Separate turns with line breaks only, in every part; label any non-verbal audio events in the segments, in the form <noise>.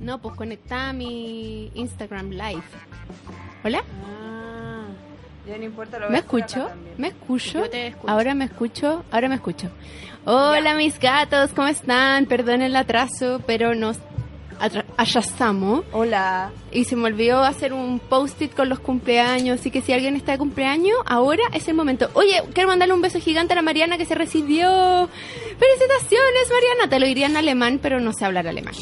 No, pues conectada a mi Instagram Live. ¿Hola?
Ah, ya no importa lo
¿Me
voy a hacer acá
escucho?
también.
¿Me escucho?
Yo te escucho.
Ahora me escucho, ahora me escucho. Hola mis gatos, ¿cómo están? Perdonen el atraso, pero nos atra- atrasamos.
Hola.
Y se me olvidó hacer un post-it con los cumpleaños, así que si alguien está de cumpleaños, ahora es el momento. Oye, quiero mandarle un beso gigante a la Mariana que se recibió. ¡Felicitaciones, Mariana! Te lo diría en alemán, pero no sé hablar alemán.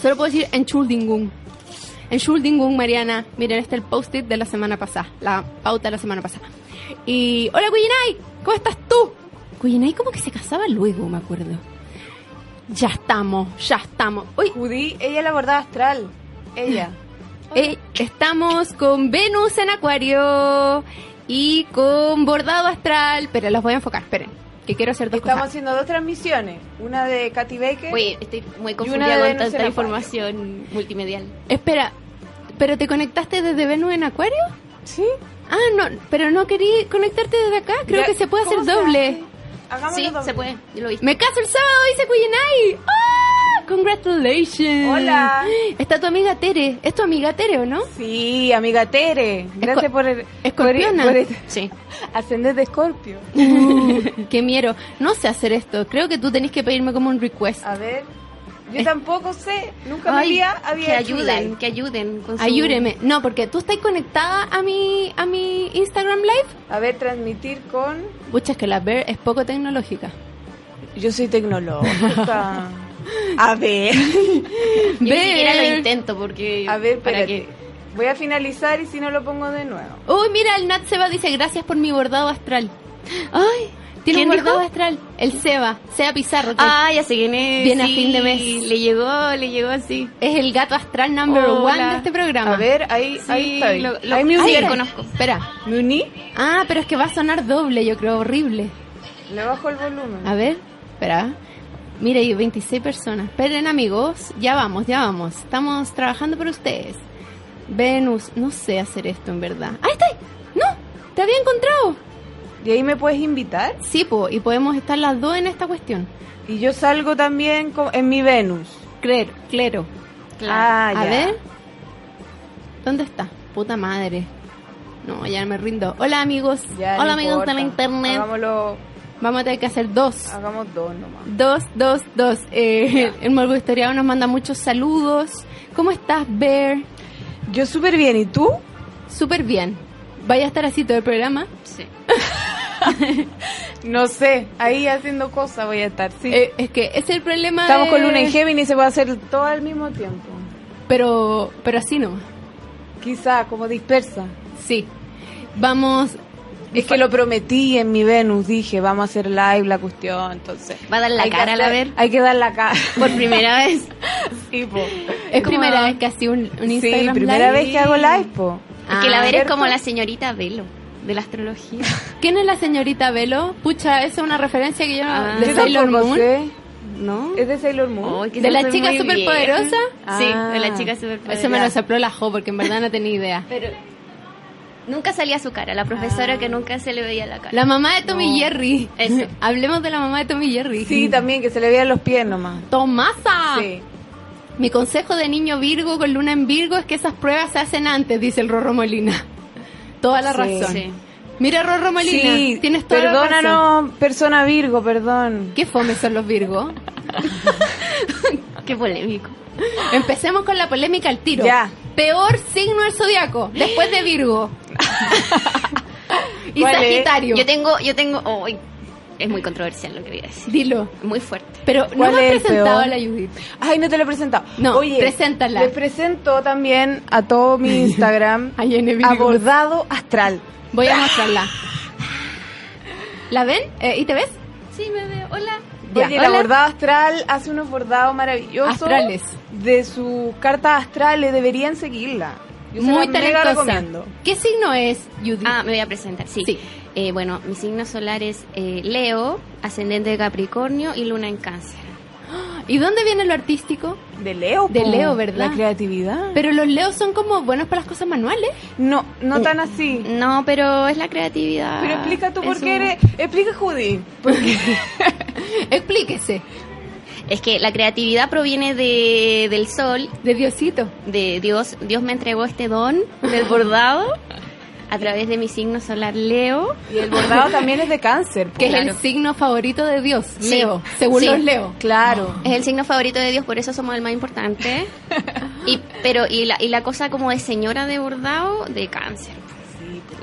Solo puedo decir Entschuldigung. Entschuldigung, Mariana. Miren, este es el post-it de la semana pasada, la pauta de la semana pasada. Y, hola, Cuyinay, ¿cómo estás tú? Cuyinay como que se casaba luego, me acuerdo. Ya estamos, ya estamos. Uy,
Judy, ella es la bordada astral. Ella.
eh, estamos con Venus en Acuario y con Bordado Astral, pero los voy a enfocar, esperen, que quiero hacer <laughs> dos
Estamos
cosas.
haciendo dos transmisiones. Una de Katy Baker.
Oye, estoy muy
Y
confundida
una de
con
Venus en
tanta
Acuario.
información multimedial.
Espera, ¿pero te conectaste desde Venus en Acuario?
¿Sí?
Ah, no, pero no quería conectarte desde acá, creo
Ya-
que se puede hacer
¿cómo se
doble.
hace? Hagámoslo
Sí,
doble.
se puede. Yo lo vi.
Me caso el sábado, dice Cuyenay. ¡Ah! ¡Congratulations!
Hola.
Está tu amiga Tere, es tu amiga Tere, ¿o no?
Sí, amiga Tere. Gracias por el.
escorpiona.
Por, por el-
Sí.
ascender de Escorpio.
Qué miedo, no sé hacer esto, creo que tú tenés que pedirme como un request.
A ver. Yo
Es-
tampoco sé. Nunca me
Ay,
había, había
que
hecho un
ayuden,
live.
que ayuden. Con su-
Ayúdeme. No, porque tú estás conectada a mi, a mi Instagram Live.
A ver, transmitir con.
Pucha, es que la Ver es poco tecnológica.
Yo soy tecnológica.
<laughs>
A ver.
Yo ni siquiera lo
Ver.
intento porque.
A ver,
¿para
espérate. Voy a finalizar y si no lo pongo de nuevo.
Uy, mira, el Nat Seba dice gracias por mi bordado astral. Ay, tiene un
¿Quién
bordado
dijo?
astral. El Seba, Seba Pizarro, que
Ah, ya sé quién es.
Viene a
sí.
fin de mes.
Le llegó, le llegó así.
es el gato astral number
Hola.
one de este programa.
A ver, ahí,
Sí,
ahí estoy.
lo- lo-
ahí me
sí,
uní.
lo conozco.
Espera.
Me uní.
Ah, pero es que va a sonar doble, yo creo, horrible.
Le bajo el volumen.
A ver, espera. Mira, hay 26 personas. Esperen, amigos. Ya vamos, ya vamos. Estamos trabajando por ustedes. Venus, no sé hacer esto en verdad. ¡Ahí está! ¡No! ¡Te había encontrado!
Y ahí me puedes invitar.
Sí, po, y podemos estar las dos en esta cuestión.
Y yo salgo también co- en mi Venus.
Claro, claro.
Claro.
Ah,
A
ya.
ver. ¿Dónde está? Puta madre. No, ya me rindo. Hola, amigos.
Ya, no
Hola, amigos
importa.
de la internet.
Hagámoslo,
Vamos a tener que hacer dos.
hagamos dos nomás.
Dos, dos, dos. Eh, <laughs> el morbo historiado nos manda muchos saludos. ¿Cómo estás, Bear?
Yo súper bien, ¿y tú?
Súper bien. Vaya a estar así todo el programa.
Sí.
No sé, ahí haciendo cosas voy a estar, sí.
Eh, es que ese es el problema.
Estamos
de-
con Luna en Géminis y se va a hacer todo al mismo tiempo.
Pero, pero así no.
Quizá, como dispersa.
Sí. Vamos.
Es que lo prometí en mi Venus, dije, vamos a hacer live la cuestión, entonces.
Va a dar la
Hay que
cara al
hacer-
haber.
Hay que dar la cara. <laughs>
Por <laughs> primera vez.
Sí, po.
Es
como-
primera vez que ha sido un, un
Sí,
Instagram
primera
Live.
vez que hago live, po.
que
Ah,
la ver es
¿cierto?
como la señorita Velo de la astrología.
¿Quién es la señorita Velo? Pucha, esa es una referencia que yo no.
Ah.
de
Yo
Sailor
tampoco
Moon.
sé.
¿No?
¿Es de Sailor Moon?
<laughs> Ay, que
De
yo
la
soy
chica
muy
superpoderosa.
vieja. Sí, de
Ah.
la chica superpoderosa.
Eso me lo sopló la Jo porque en verdad no tenía idea.
Pero Nunca salía su cara, la profesora que nunca se le veía Ah. la cara.
La mamá de Tommy Jerry.
Eso.
<laughs> Hablemos de la mamá de Tommy Jerry.
Sí, también, que se le vean los pies nomás.
Ah,
Tomasa.
Sí.
Mi consejo de niño Virgo con luna en Virgo es que esas pruebas se hacen antes, dice el Rorro Molina. Toda la
Sí.
razón.
Sí.
Mira, Rorro Molina,
Sí,
tienes toda la razón.
perdónanos, persona Virgo, perdón.
¿Qué fome son los Virgos?
Qué polémico.
Empecemos con la polémica al tiro.
Ya.
Peor signo del zodiaco, después de
<laughs>
Virgo. y
¿Cuál es?
Sagitario.
Yo tengo, yo tengo, oh, es muy controversial lo que voy a decir.
Dilo.
Muy fuerte.
Pero no me
¿Cuál
has
es el
presentado
peor?
a la Judith.
Ay, no te lo he presentado.
No,
Oye,
preséntala.
Les presento también a todo mi
<laughs>
Instagram
Ay, en el Virgo.
abordado astral.
Voy a mostrarla. ¿La ven? Eh, ¿Y te ves?
Sí, me veo. Hola.
Ya,
Oye, el
hola.
abordado astral hace unos bordados maravillosos.
Astrales.
De sus cartas astrales, deberían seguirla. Yo se
Muy
la mega
talentosa.
recomiendo.
¿Qué signo es Judith?
Ah, me voy a presentar, sí.
Sí.
Eh, bueno, mi signo solar es eh, Leo, ascendente de Capricornio y luna en Cáncer.
¿Y dónde viene lo artístico?
De Leo.
De
po.
Leo, ¿verdad?
La creatividad.
Pero los leos son como buenos para las cosas manuales.
no,
Mm.
no tan así.
No, pero es la creatividad.
Pero explica tú
Es
por qué
un-
eres... Explica, Judy.
<laughs> Explíquese.
Es que la creatividad proviene de, del sol,
De Diosito.
de Dios. Dios me entregó este don del bordado a través de mi signo solar Leo.
Y el bordado también es de cáncer. po.
Que
Claro.
es el signo favorito de Dios.
Sí.
Leo. Según
Sí.
los leos.
Claro.
Es el signo favorito de Dios, por eso somos el más importante. Y, pero, y la, y la cosa como de señora de bordado, de cáncer.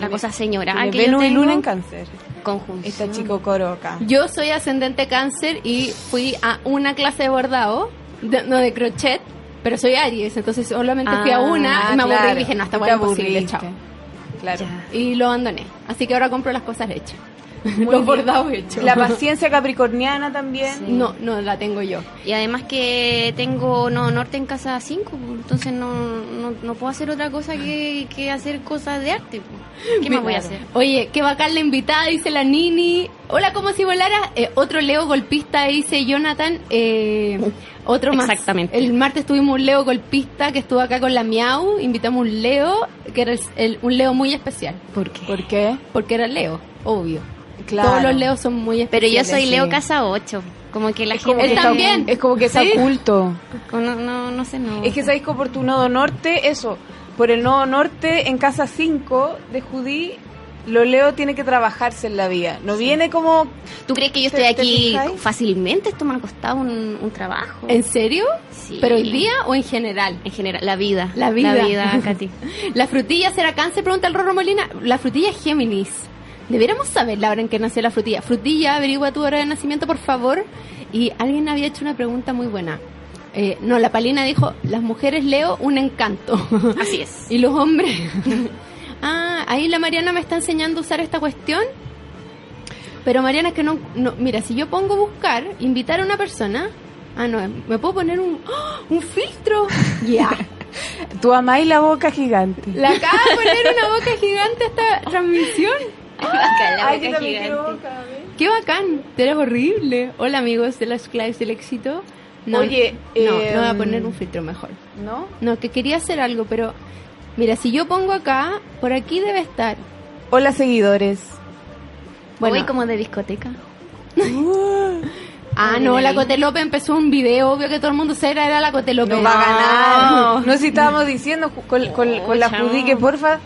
La cosa señora.
ah,
Tiene
que yo
Venus y
tengo,
Luna en cáncer.
Conjunción.
Esta chico coroca.
Yo soy ascendente cáncer y fui a una clase de bordado, de- no de crochet, pero soy Aries, entonces solamente fui a
Ah,
una y me aburrí y dije, no, está
está
bueno, imposible, chao.
Claro.
Ya.
Y lo abandoné. Así que ahora compro las cosas hechas.
Muy
Los
bien.
bordados hechos.
La paciencia capricorniana también.
Sí.
No, no la tengo yo.
Y además que tengo no norte en casa 5, entonces no, no, no puedo hacer otra cosa que, que hacer cosas de arte. po. ¿Qué más voy a hacer?
Oye, qué bacán la invitada, dice la Nini. Hola, como si volara. Eh, otro Leo golpista, dice Jonathan. Eh, otro más.
Exactamente.
El martes tuvimos un Leo golpista que estuvo acá con la Miau. Invitamos un Leo, que era el- el- un Leo muy especial.
¿Por qué?
¿Por qué?
Porque era Leo, obvio.
Claro.
Todos los Leos son muy
Pero
especiales.
yo soy Leo
sí.
casa 8, como que la
Es como
gente...
que
Él
está-
también.
Es como que está
Sí.
oculto.
No, no, no sé, no.
Es que sabéis que por tu nodo norte, eso, por el nodo norte en casa 5 de Judí, lo Leo tiene que trabajarse en la vida. No viene como
¿Tú crees que yo
¿Te-
estoy
te
aquí
fijáis?
fácilmente? Esto me ha costado un, un trabajo.
¿En serio?
Sí.
¿Pero hoy día o en general?
En general, la vida.
La vida.
La vida, Katy.
¿La frutilla será cáncer? Pregunta el Rorro Molina. La frutilla es Géminis. Deberíamos saber la hora en que nació la frutilla. Frutilla, averigua tu hora de nacimiento, por favor. Y alguien había hecho una pregunta muy buena. Eh, no, la Palina dijo, las mujeres leo un encanto. <laughs>
Así es.
y los hombres... <laughs> ah, ahí la Mariana me está enseñando a usar esta cuestión. Pero Mariana, es que no, no- Mira, si yo pongo buscar, invitar a una persona... Ah, no, me puedo poner un... <gasps> ¡Ah! ¡Un filtro! Ya.
tú amáis la boca gigante.
Le
<laughs>
acaba de poner una boca gigante a esta transmisión.
<laughs> La
Ay, yo
boca
también quiero
gigante.
boca, a ver.
¡Qué bacán! Tú eres horrible. Hola, amigos de las claves del éxito. No,
Oye,
no,
eh,
no voy a poner un filtro mejor.
¿No?
No, que quería hacer algo, pero mira, si yo pongo acá, por aquí debe estar.
Hola, seguidores.
Bueno,
Voy como de discoteca.
ah, no, la Cote López empezó un video, obvio que todo el mundo se era, era la Cote López.
No va a ganar. No, si estábamos diciendo ju- con, con- con la
Oh, chamo.
Judí que porfa,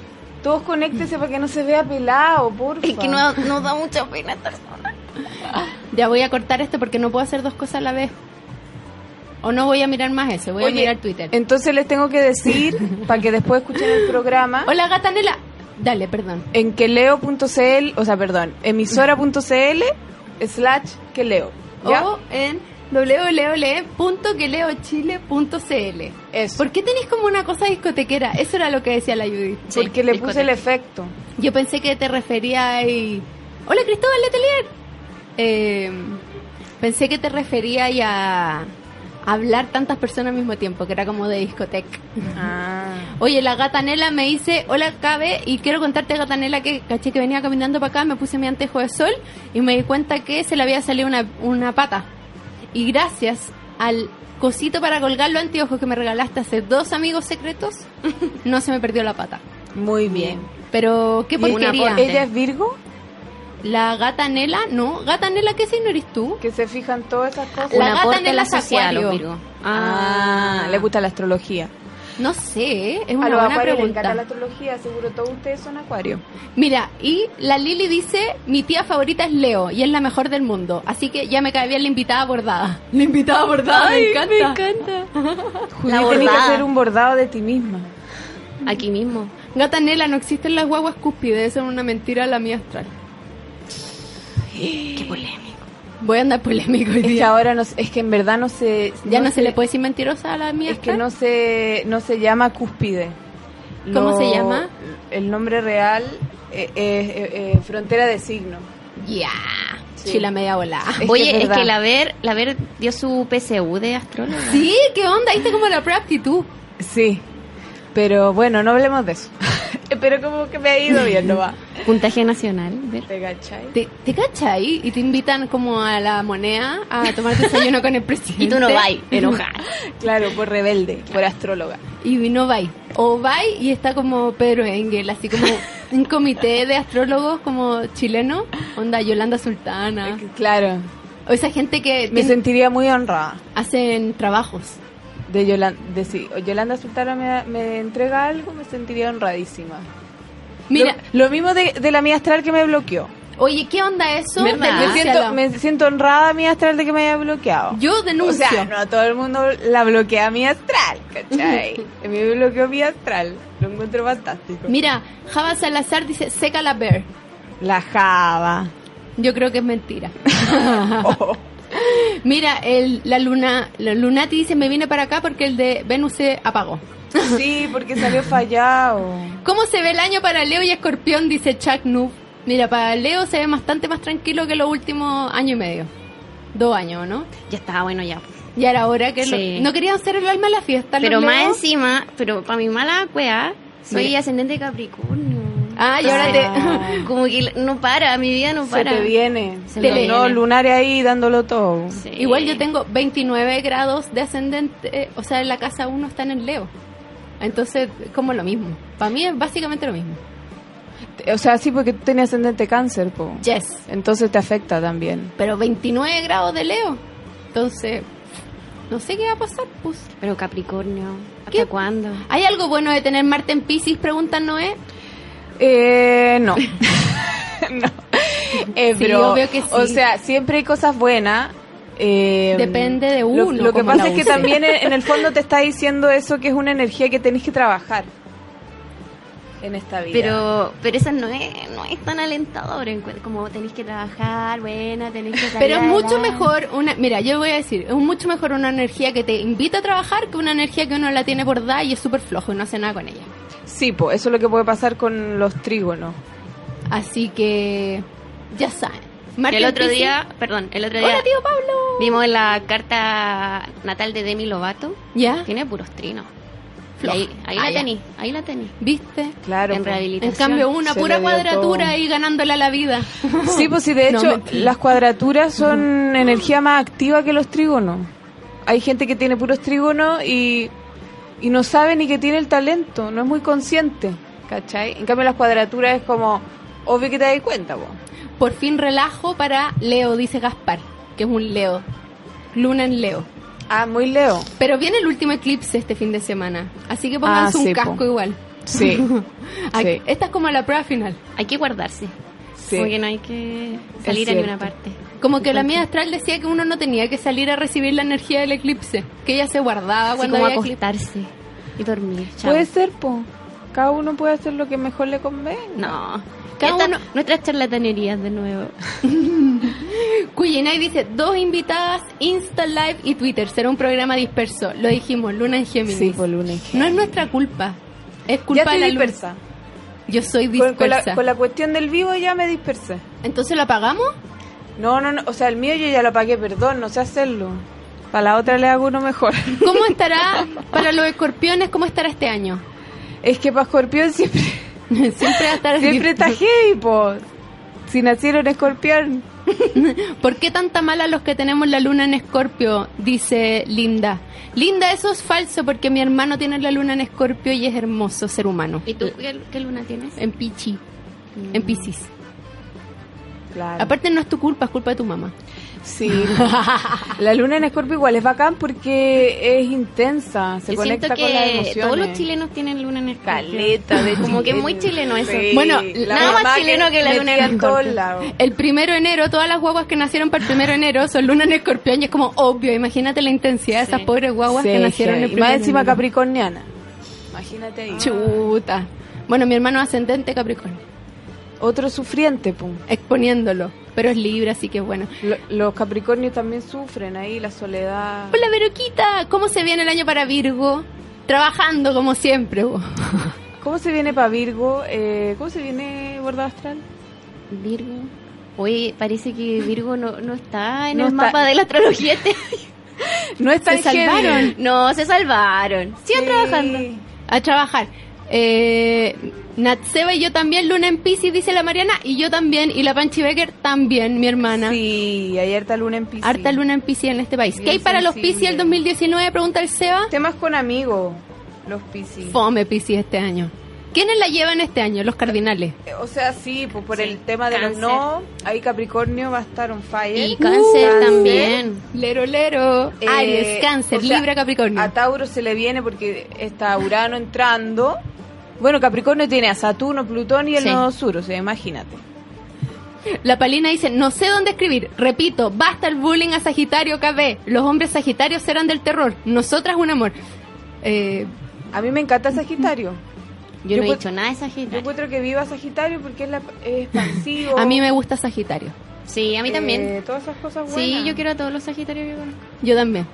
todos conéctense para que no se vea pelado, porfa.
Es que no, no da mucha pena estar sola.
<laughs> Ya voy a cortar esto porque no puedo hacer dos cosas a la vez. O no voy a mirar más eso, voy
Oye,
a mirar Twitter.
Entonces les tengo que decir, para que después escuchen el programa,
Hola, Gatanela. Dale, perdón.
en que leo.cl, o sea, perdón, emisora.cl slash que leo. ¿Ya?
o en www.queleochile.cl.
Eso.
¿Por qué tenéis como una cosa discotequera? Eso era lo que decía la Judith.
Sí,
Porque le puse el
discoteca.
efecto.
Yo pensé que te refería ahí- Hola Cristóbal Letelier. Eh, pensé que te refería ahí a hablar tantas personas al mismo tiempo, que era como de discoteca.
Ah.
Oye, la gatanela me dice, hola Cabe, y quiero contarte gatanela que caché que venía caminando para acá, me puse mi antejo de sol y me di cuenta que se le había salido una, una pata. Y gracias al cosito para colgar los
<laughs>
anteojos que me regalaste hace dos amigos secretos, no se me perdió la pata.
Muy bien.
Pero, ¿qué
¿Y
porquería?
¿Ella es Virgo?
La gata Nela, no. Gata Nela, ¿qué signo eres tú?
Que se fijan todas esas cosas.
La
Un
gata
aporte
en
a
el
sociedad,
acuario.
los Virgo.
Ah, le gusta la astrología.
No sé, es
a
una
los
buena
acuarios les encanta la
pregunta.
astrología, seguro todos ustedes son acuarios.
Mira, y la Lili dice, mi tía favorita es Leo y es la mejor del mundo. Así que ya me cae bien la invitada bordada. <laughs> La invitada bordada, me encanta.
Judith, tenés que
bordada.
hacer un bordado de ti misma.
Aquí mismo.
Gata Nela, no existen las guaguas cúspide, eso es una mentira la mía astral.
Qué polémico.
Voy a andar polémico hoy
Es que
día.
ahora no, es que en verdad no se
Ya no, se, le puede decir mentirosa a la mía
es que
astral.
no se no se llama cúspide.
¿Cómo se llama?
El nombre real es frontera de signo.
Ya,
Sí.
chila media volada.
Es
Oye,
que es
es,
verdad.
que la ver, la ver dio su PSU de astróloga.
Sí, ¿qué onda? Viste como la preaptitud.
Sí. Pero bueno, no hablemos de eso. <laughs> Pero como que me ha ido bien, no va.
Puntaje nacional. Ver.
<laughs> ¿Te cachai?
¿Te, te cachai? Y te invitan como a la moneda a tomar desayuno con el presidente.
Y tú no vas, enojada.
Claro, por rebelde, por astróloga.
Y no vais. O vais y está como Pedro Engel, así como
<laughs>
un comité de astrólogos como chileno, onda Yolanda Sultana.
Ah, Claro.
O esa gente que
Me
tien-
sentiría muy honrada.
hacen trabajos.
De Yolanda, de, si Yolanda Sultana me, me entrega algo, me sentiría honradísima.
Mira,
Lo, lo mismo de, de la mía astral que me bloqueó.
oye, ¿qué onda eso?
¿Verdad?
Me siento,
Denúncialo.
me siento honrada, mía astral, de que me haya bloqueado.
Yo
o
denuncio.
sea, no todo el mundo la bloquea mi astral,
<laughs>
¿cachai? A mí me bloqueó mi astral. Lo encuentro fantástico.
Mira, Java Salazar dice, seca la bear.
La java.
Yo creo que es
<laughs>
mentira.
Oh.
Mira, el, la luna, la Lunati dice, me vine para acá porque el de Venus se apagó.
Sí, porque salió fallado.
¿Cómo se ve el año para Leo y Escorpión? Dice Chuck Noob. Mira, para Leo se ve bastante más tranquilo que los últimos año y medio. Dos años, ¿no?
<laughs> Ya está, bueno, ya.
Y era hora que lo-
Sí.
no querían ser el alma de la fiesta. los
Pero más
Leo.
encima, pero para mi mala cueva, soy
Mira.
ascendente de Capricornio.
Ah, y ahora
Ah.
te...
<laughs> Como que no para, mi vida no
Se
para.
te viene.
Se
Los
me viene.
nodos lunares ahí dándolo todo.
Sí.
<laughs> Igual yo tengo 29 grados de ascendente, eh, o sea, en la casa 1 está en el Leo. Entonces, como lo mismo. Para mí es básicamente lo mismo.
O sea, sí, porque tú tenías ascendente cáncer, po.
Yes.
Entonces te afecta también.
Pero 29 grados de Leo. Entonces, no sé qué va a pasar, pues.
Pero Capricornio, ¿hasta
¿Qué?
cuándo?
¿Hay algo bueno de tener Marte en Pisces? Pregunta Noé.
Eh,
<laughs>
no. <laughs> no. Eh,
Sí,
pero,
obvio que sí.
O sea, siempre hay cosas buenas. eh,
Depende de
lo-
uno,
Lo, que
cómo la
pasa es que
use.
también en, en el fondo te está diciendo eso que es una energía que tenés que trabajar en esta vida.
Pero, pero esa no es, no es tan alentadora, encuentro, como tenéis que trabajar, buena, tenéis que salir
Pero es mucho
adelante.
mejor una... Mira, yo voy a decir, es mucho mejor una energía que te invita a trabajar que una energía que uno la tiene bordada y es súper flojo y no hace nada con ella.
Sí, po, eso es lo que puede pasar con los trígonos.
Así que, ya saben. Marte
El
en
otro
Piscis.
día, perdón, el otro día
Hola, tío Pablo.
vimos la carta natal de Demi Lovato.
¿Ya?
Tiene puros trinos. Y
Ah. Floja.
Ahí, ahí
Ah,
la
ya.
tení, ahí la tení.
¿Viste?
Claro.
en
po.
En
rehabilitación.
cambio, una
Se
pura
le dio todo.
cuadratura y ganándole a la vida.
<laughs> Sí, pues sí,
<laughs>
de
No,
hecho,
mentira.
las cuadraturas son energía más activa que los trígonos. Hay gente que tiene puros trígonos y, y no sabe ni que tiene el talento, no es muy consciente, ¿cachai? En cambio, las cuadraturas es como, obvio que te das cuenta, po.
Por fin relajo para Leo, dice Gaspar, que es un Leo. Luna en Leo.
Ah, muy leo.
Pero viene el último eclipse este fin de semana. Así que pónganse
Ah,
un
sí, po.
casco igual.
<laughs> Sí,
Ay,
Sí.
Esta es como la prueba final.
Hay que guardarse.
sí.
Porque no hay que salir a
cierto.
ninguna parte.
Como que la mía astral decía que uno no tenía que salir a recibir la energía del eclipse. Que ella se guardaba
Así
cuando
como
había eclipse.
acostarse y dormir. chao.
Puede ser, po. Cada uno puede hacer lo que mejor le convenga.
No.
Cada
Esta-
uno-
Nuestras charlatanerías de nuevo.
Cuyinay dice, dos invitadas, Insta Live y Twitter. Será un programa disperso. Lo dijimos, pues, Luna en Géminis.
Sí, po, Luna.
No es nuestra culpa. Es
Ya
culpa de
estoy
la luna.
dispersa.
Yo soy
Con,
dispersa.
con la, con la cuestión del vivo ya me dispersé.
Entonces la apagamos.
No, no, no, o sea, el mío yo ya lo pagué, perdón, no sé hacerlo. Para la otra le hago uno mejor. <laughs>
¿Cómo estará para los escorpiones? ¿Cómo estará este año? <laughs>
Es que para escorpión
<laughs>
siempre,
Siempre va a estar
siempre está heavy, po. Si nacieron escorpión.
¿Por qué tanta mala los que tenemos la luna en escorpio? Dice Linda. Linda, eso es falso porque mi hermano tiene la luna en escorpio y es hermoso ser humano.
¿Y <laughs> tú Mm. qué, qué luna tienes?
En Pichi, en Piscis.
Claro.
Aparte no es tu culpa, es culpa de tu mamá.
<laughs>
Sí. la luna en Escorpio igual es bacán porque es intensa, se
Yo siento
conecta con las
que
emociones.
todos los chilenos tienen luna en el
Caleta de
<laughs> Como que es
chilenos.
muy chileno eso.
Sí,
Bueno,
la
nada más
mamá
chileno que la luna en
metía en todos
Escorpio.
lados.
El primero de enero, todas las guaguas que nacieron para el primero de enero son luna en escorpión y es como obvio. Imagínate la intensidad de esas
Sí.
pobres guaguas
Sí,
que nacieron
sí.
el
Y más
primero
encima
de enero.
capricorniana. Imagínate ahí.
Chuta. Bueno, mi hermano es ascendente Capricornio,
Otro sufriente, pum.
exponiéndolo, pero es libre, así que bueno.
Lo- los capricornios también sufren ahí la soledad.
Hola, Veroquita, ¿cómo se viene el año para Virgo? Trabajando como siempre. bo.
¿Cómo se viene para Virgo? Eh, ¿Cómo se viene Borda Astral?
Virgo. Oye, parece que Virgo no, no está en
No
el
está.
mapa de la <laughs> astrología. este
No es tan
se salvaron. No, se salvaron. Sigan
Sí.
trabajando.
A trabajar. Eh, Natseba y yo también, Luna en Pisces, dice la Mariana, y yo también, y la Panchi Becker también, mi hermana.
Sí, hay harta luna en Piscis.
Harta Luna en Pisces en este país.
Bien
¿Qué hay para los
sensible.
Pisces el 2019? Pregunta el Seba.
Temas con amigos, los Piscis.
Fome Pisces este año. ¿Quiénes la llevan este año? Los cardinales.
Eh, O sea, sí, pues por
Sí,
el tema de los
cáncer.
no, ahí Capricornio va a estar on fire.
Y cáncer
Uh,
también.
Lero, lero.
Eh,
Aries, Cáncer,
o sea,
Libra, Capricornio.
A Tauro se le viene porque está Urano entrando. Bueno, Capricornio tiene a Saturno, Plutón y el
Sí.
Nodo Sur, o sea, imagínate.
La Palina dice, no sé dónde escribir. Repito, basta el bullying a Sagitario KB. Los hombres Sagitarios serán del terror. Nosotras un amor. Eh,
A mí me encanta Sagitario.
Yo, no he
encuent-
dicho nada de esa gente.
Yo encuentro que viva Sagitario porque es, la, es
<laughs>
expansivo.
a mí me gusta Sagitario.
Sí, a mí
eh,
también.
todas esas cosas buenas.
Sí, yo quiero a todos los sagitarios que conozco.
Yo también.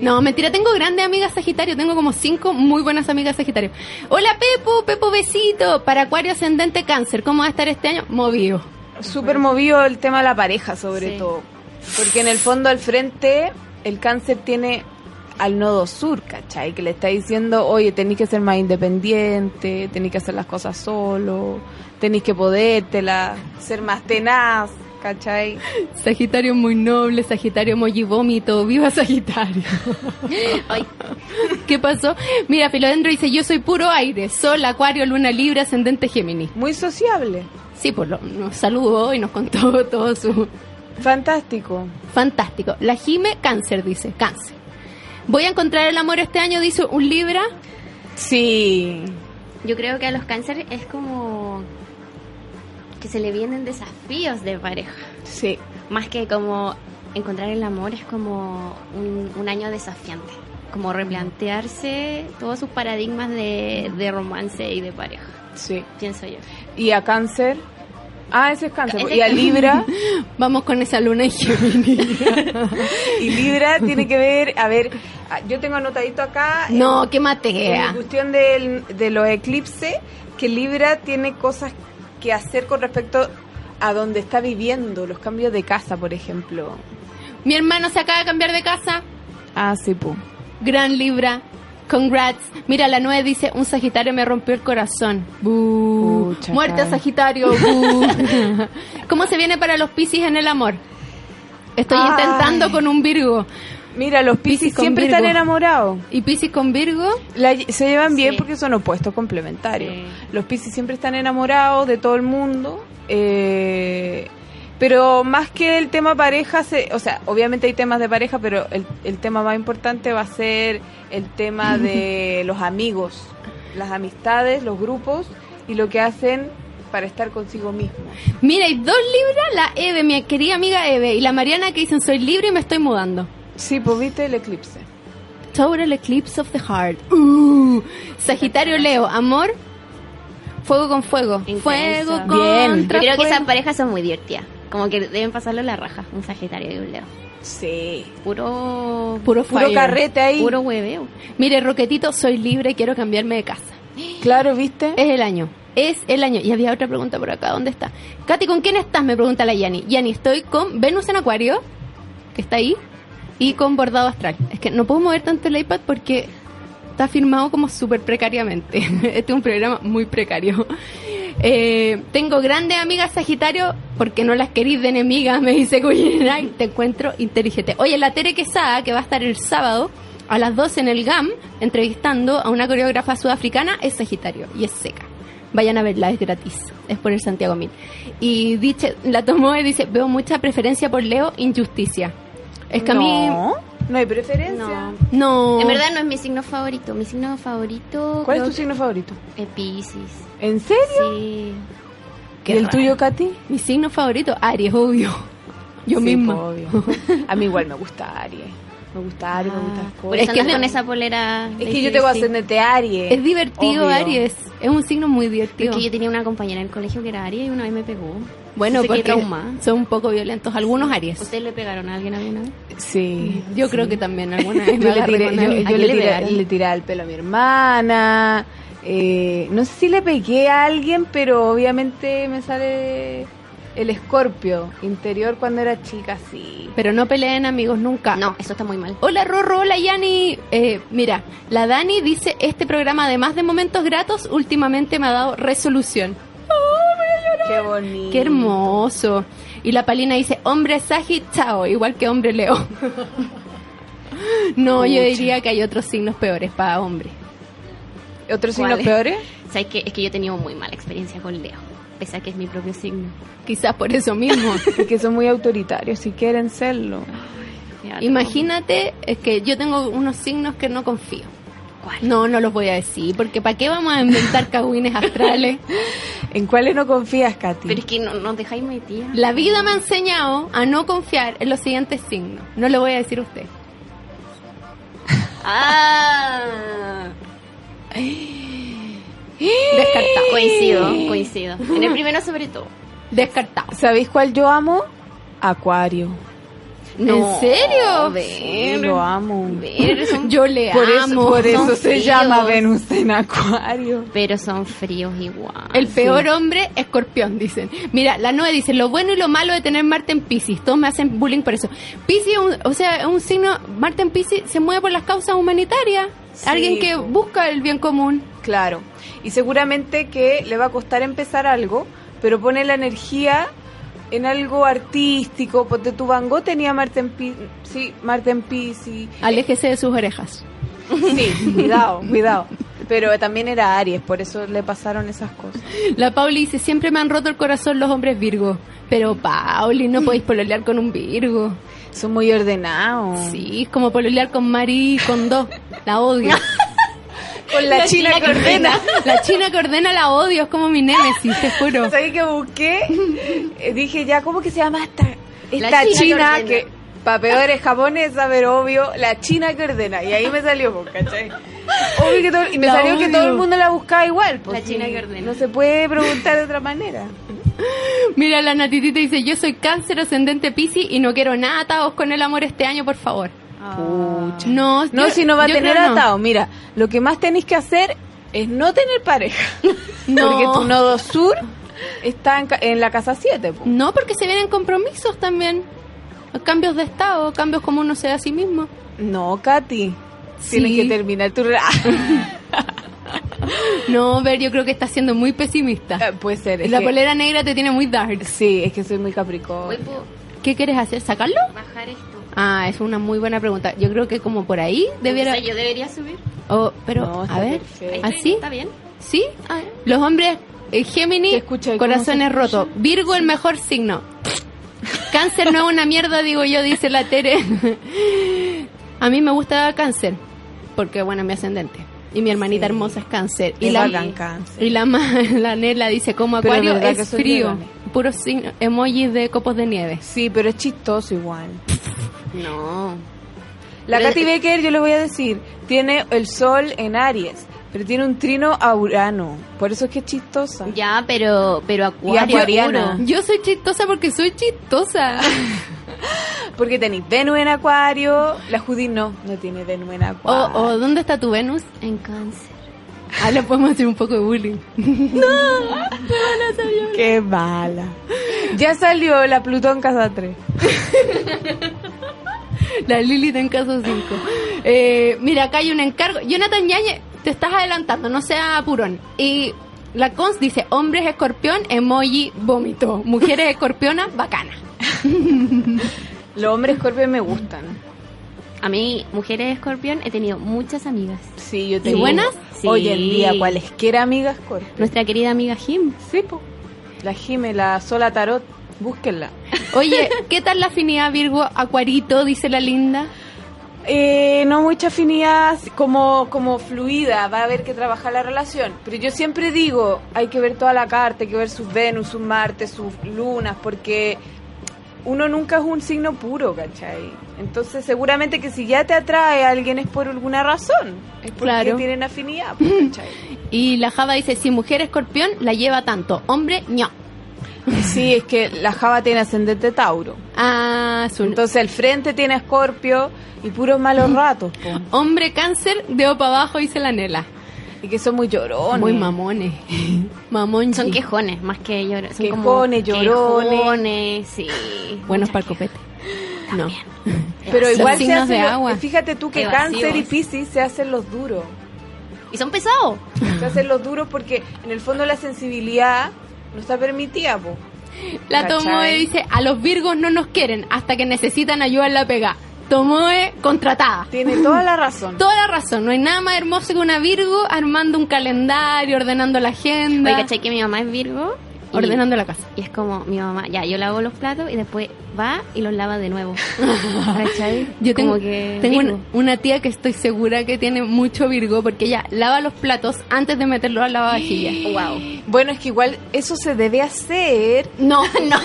No, mentira, tengo grandes amigas Sagitario, tengo como cinco muy buenas amigas Sagitario. Hola Pepo, Pepo besito, para Acuario Ascendente Cáncer, ¿cómo va a estar este año? Movido.
Súper movido el tema de la pareja, sobre
Sí.
todo. Porque en el fondo, al frente, el cáncer tiene al nodo sur, ¿cachai? Que le está diciendo, oye, tenéis que ser más independiente, tenéis que hacer las cosas solo, tenéis que podértela, ser más tenaz, ¿cachai?
Sagitario muy noble, Sagitario mojivómito, viva Sagitario.
Ay,
¿Qué pasó? Mira, Filodendro dice, yo soy puro aire, sol, acuario, luna libre, ascendente Géminis.
Muy sociable,
Sí, pues lo- nos saludó y nos contó <laughs> todo su...
fantástico.
Fantástico. La Jime, cáncer, dice, cáncer. Voy a encontrar el amor este año, dice un Libra.
Sí.
yo creo que a los cánceres es como que se le vienen desafíos de pareja.
Sí.
Más que como encontrar el amor es como un, un año desafiante. Como replantearse todos sus paradigmas de, de romance y de pareja,
Sí.
pienso yo.
Y a cáncer. Ah, ese es cáncer.
Ese
Y a
es-
Libra.
Vamos con esa luna en Géminis.
Y Libra tiene que ver, a ver, a- yo tengo anotadito acá. eh,
No, qué
En
matea.
cuestión del- de los eclipses, que Libra tiene cosas que hacer con respecto a donde está viviendo, los cambios de casa, por ejemplo.
Mi hermano se acaba de cambiar de casa.
Ah, sí, pu.
Gran Libra. Congrats. Mira, la 9 dice, un Sagitario me rompió el corazón. Bú.
Pucha,
Muerte a
cara.
Sagitario.
<laughs>
bú. ¿Cómo se viene para los Piscis en el amor? Estoy
Ay.
intentando con un Virgo.
Mira, los
Piscis
Piscis
con
siempre
Virgo.
están enamorados.
¿Y Piscis con Virgo?
La- se llevan bien
Sí.
porque son opuestos complementarios.
Sí.
Los Piscis siempre están enamorados de todo el mundo. eh, pero más que el tema pareja, se- o sea, obviamente hay temas de pareja, pero el, el tema más importante va a ser el tema de los amigos, las amistades, los grupos y lo que hacen para estar consigo mismo.
Mira, hay dos Libras, la Eve, mi querida amiga Eve, y la Mariana que dicen, soy libre y me estoy mudando.
Sí, pues viste el eclipse.
Total Eclipse of the Heart. Uh, Sagitario Leo, amor. Fuego con fuego.
Intensa.
Fuego
Bien.
contra
Yo creo que
fuego.
esas parejas son muy divertidas. Como que deben pasarlo la raja, un Sagitario y un Leo.
Sí.
Puro,
Puro
Puro
fire.
carrete ahí.
puro hueveo.
Mire, Roquetito, soy libre, quiero cambiarme de casa.
Claro, viste.
Es el año. Es el año. Y había otra pregunta por acá. ¿Dónde está? Katy, ¿con quién estás? Me pregunta la Yanni. Yanni, estoy con Venus en Acuario, que está ahí, y con Bordado Astral. Es que no puedo mover tanto el iPad porque <laughs> está firmado como súper precariamente. Este es un programa muy precario. Eh, tengo grandes amigas Sagitario porque no las querís de enemigas, me dice Cuyena, y te encuentro inteligente. Oye, la Tere Quesada, que va a estar el sábado a las 12 en el GAM, entrevistando a una coreógrafa sudafricana, es Sagitario y es seca. Vayan a verla, es gratis. Es por el Santiago Mil. Y dice, la tomó y dice, veo mucha preferencia por Leo, injusticia. Es que a mí...
no, no hay preferencia.
No.
No.
En verdad no es mi signo favorito. Mi signo favorito.
¿Cuál es
creo
tu signo favorito?
que- eh, Piscis.
¿En serio?
Sí.
Qué
¿Y el
raro.
tuyo, Katy?
Mi signo favorito, Aries, obvio. Yo
Sí,
misma.
po, obvio. A mí igual me gusta Aries. Me gusta Aries, me gusta
Ah,
Escorpio.
por eso
Es que
andas
es
con
de-
esa polera. de
Es que yo tengo
Piscis.
ascendente Aries.
Es divertido,
Obvio.
Aries. Es un signo muy divertido.
Porque yo tenía una compañera en el colegio que era Aries y una vez me pegó.
Bueno,
Entonces
porque
quedé traumada.
son un poco violentos. Algunos Aries.
¿Ustedes le pegaron a alguien alguna vez?
Sí.
Yo creo que también
<laughs>
alguna vez me
Yo le
agarré
tiré,
con
yo-
alguien.
yo
¿A quién
le
le
tiré-
pegaron?
le tiré al pelo a mi hermana. eh, no sé si le pegué a alguien, pero obviamente me sale el escorpio interior cuando era chica, sí.
Pero no peleen, amigos, nunca.
No, eso está muy mal.
Hola Rorro, hola Yani. Eh, mira, la Dani dice, este programa además de momentos gratos, últimamente me ha dado resolución.
Qué bonito.
Qué hermoso. Y la Palina dice, hombre Sagi, chao, igual que hombre Leo. no, yo diría que hay otros signos peores para hombre.
¿Otros signos
¿Cuál es?
peores?
¿Sabes qué? Es que yo he tenido muy mala experiencia con Leo. Pese a que es mi propio signo.
Quizás por eso <laughs> mismo.
que son muy autoritarios, si quieren serlo.
Ya,
Imagínate es que yo tengo unos signos que no confío.
¿Cuál?
No, no los voy a decir, porque ¿para qué vamos a inventar cagüines astrales?
¿En cuáles no confías, Katy?
Pero es que no, nos dejáis metida.
La vida me ha enseñado a no confiar en los siguientes signos. No lo voy a decir a usted.
Ah.
Descartado.
Coincido, coincido. En el primero sobre todo.
Descartado.
¿Sabéis cuál yo amo? Acuario.
¿En serio?
Sí, lo amo.
Yo le
Por eso,
amo.
por eso
son
se
fríos.
llama Venus en Acuario.
Pero son fríos igual.
El peor hombre, escorpión, dicen. Mira, la 9 dice, lo bueno y lo malo de tener Marte en Pisces. Todos me hacen bullying por eso. Pisces, es un- o sea, es un signo, Marte en Pisces se mueve por las causas humanitarias.
Sí,
Alguien que
po.
busca el bien común.
Claro. Y seguramente que le va a costar empezar algo, pero pone la energía en algo artístico. Porque tu Van Gogh tenía Marte en Pi- sí, Marte en Pisces.
Aléjese de sus orejas.
<laughs> Sí, cuidado, cuidado. Pero también era Aries, por eso le pasaron esas cosas.
La Pauli dice, siempre me han roto el corazón los hombres Virgo. Pero Pauli, no podéis pololear con un Virgo.
Son muy ordenados.
Sí, es como pololear con Mari con dos. La odio.
<laughs> Con la, China,
China que
Cordena.
La china que ordena la odio, es como mi némesis, te
<laughs>
juro.
¿Sabes que busqué? Eh, Dije, ya, ¿cómo que se llama esta, esta
La
china,
china
que,
que ordena.
para peores japonesa, pero obvio, la china que ordena? Y ahí me salió, po, ¿cachai? Obvio que todo, y me
La
salió que
odio.
todo el mundo la buscaba igual. porque
La china que ordena.
No se puede preguntar de otra manera.
Mira, la natitita dice, yo soy cáncer ascendente Piscis y no quiero nada atados con el amor este año, por favor.
Pucha.
No,
No,
yo-
si no va a
yo
tener
creo no.
atado. Mira, lo que más tenéis que hacer es no tener pareja.
No.
Porque tu nodo sur está en, ca- en la casa 7, po.
No, porque se vienen compromisos también. Cambios de estado, cambios como uno sea a sí mismo.
No, Katy. Tienes
Sí.
que terminar tu... re- <laughs> Ah,
No, ver, yo creo que está siendo muy pesimista.
Puede ser. Eh, es
La
que-
polera negra te tiene muy dark.
Sí, es que soy muy
Hoy
capricornio.
puedo
¿Qué quieres hacer? ¿Sacarlo?
bajar esto.
Ah, es una muy buena pregunta. Yo creo que como por ahí debiera...
O sea, yo debería subir.
Oh, pero,
No, está
a ver,
perfecto.
Ahí estoy,
¿así?
¿Está bien?
¿Sí?
Ah.
Los hombres, eh, Géminis,
¿Se escucha? ¿Cómo
corazones
se escucha?
rotos. Virgo, el mejor signo. cáncer no es una mierda, digo yo, dice la Tere. <laughs> A mí me gusta cáncer, porque, bueno, mi ascendente. Y mi hermanita
Sí.
hermosa es cáncer. Y
Es
la,
bacán cáncer.
y la, ma- <laughs> la Nela dice, como
Pero
acuario
verdad que
es
soy
frío.
vegana.
Puro signo, emojis de copos de nieve.
Sí, pero es chistoso igual.
No.
La
Pero-
Katy Becker, yo les voy a decir, tiene el sol en Aries, pero tiene un trino a Urano. Por eso es que es chistosa.
Ya, pero, pero acuario.
acuariana.
puro.
Yo soy chistosa porque soy
<laughs>
chistosa.
Porque tenéis Venus en Acuario, la Judy no, no tiene Venus en
O,
Acuario.
o, Oh, ¿dónde está tu Venus?
En cáncer.
Ah, le podemos hacer un poco de bullying.
Qué mala. Ya salió la Plutón Casa 3.
La Lilith en caso 5. Eh, mira, acá hay un encargo. Jonathan Yañez, te estás adelantando, no sea apurón. Y La cons dice, hombres escorpión, emoji, vómito. Mujeres escorpiona, bacana.
Los hombres escorpión me gustan.
A mí, mujeres escorpión, he tenido muchas amigas.
Sí, yo
¿Y buenas?
Sí.
Hoy en día, cualesquiera amiga escorpión.
Nuestra querida amiga Jim.
Sí, po. La Jime, la Sola Tarot, búsquenla.
Oye, ¿qué tal la afinidad Virgo Acuarito? Dice la linda.
Eh, no mucha afinidad, como, como fluida, va a haber que trabajar la relación. Pero yo siempre digo, hay que ver toda la carta, hay que ver sus Venus, sus Marte, sus lunas, porque uno nunca es un signo puro, ¿cachai? Entonces seguramente que si ya te atrae a alguien es por alguna razón, es porque
Claro.
tienen afinidad, pues, ¿cachai? <laughs>
Y la Java dice, si mujer escorpión, la lleva tanto. Hombre, no.
Sí, es que la Java tiene ascendente Tauro.
Ah, su...
Entonces el frente tiene Escorpio y puros malos ratos, po.
Hombre cáncer, dedo para abajo, dice la Nela.
Y que son muy llorones.
Muy mamones. <laughs> Mamón.
Oh, Son
que
quejones, más que llorones. Son
Quejones,
como
llorones.
quejones, sí.
Buenos para el copete. No.
Pero
Son
igual se
signos
hacen
de
los-
agua.
Fíjate tú que
Evasivos.
cáncer y piscis se hacen los duros.
Y son pesados.
Se hacen los duros porque en el fondo la sensibilidad no está permitida, po.
La Tomoe
¿Cachai?
dice, a los virgos no nos quieren hasta que necesitan ayuda en la pega. Tomoe, contratada.
Tiene
<laughs>
toda la razón.
Toda la razón, no hay nada más hermoso que una Virgo armando un calendario, ordenando la agenda,
Oye, ¿cachai que mi mamá es Virgo? Y-
ordenando la casa.
Y es como, mi mamá, ya, yo lavo los platos y después va y los lava de nuevo. <laughs> ¿Cachai?
Yo tengo,
Como que
tengo
Virgo.
una, una tía que estoy segura que tiene mucho Virgo porque ella lava los platos antes de meterlos a la
<gasps>
lavavajilla.
Wow.
Bueno, es que igual eso se debe hacer
No, no,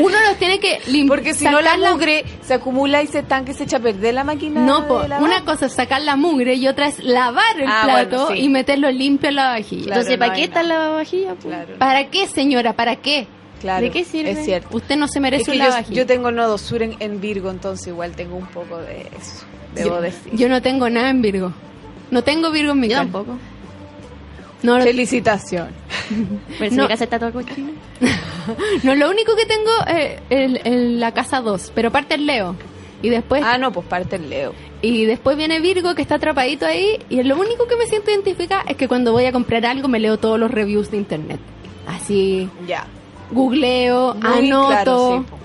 uno los tiene que limpiar.
porque si no la mugre se acumula y se estanca y se echa a perder la máquina.
No,
de
po,
lavar.
una cosa es sacar la mugre y otra es lavar el
Ah,
plato
bueno, sí.
y meterlo limpio en la vajilla.
Claro,
Entonces,
no
¿para
hay
qué está
nada.
la vajilla? pues?
Claro,
¿Para qué, señora? ¿Para qué?
claro,
¿de qué sirve?
Es cierto.
Usted no se merece
Es que
una
yo,
vajilla.
yo tengo nodo sur en, en Virgo, entonces igual tengo un poco de eso. Debo
yo,
decir.
yo no tengo nada en Virgo. No tengo Virgo en mi
Yo
cara.
tampoco.
No, no,
Felicitación.
Pero si
No.
mi casa está toda cochina.
no, lo único que tengo es la casa 2, pero parte el Leo. Y después,
Ah, no, pues parte el Leo.
y después viene Virgo que está atrapadito ahí. Y lo único que me siento identificada es que cuando voy a comprar algo me leo todos los reviews de internet. Así,
Ya.
googleo,
Muy
anoto.
claro, sí, po.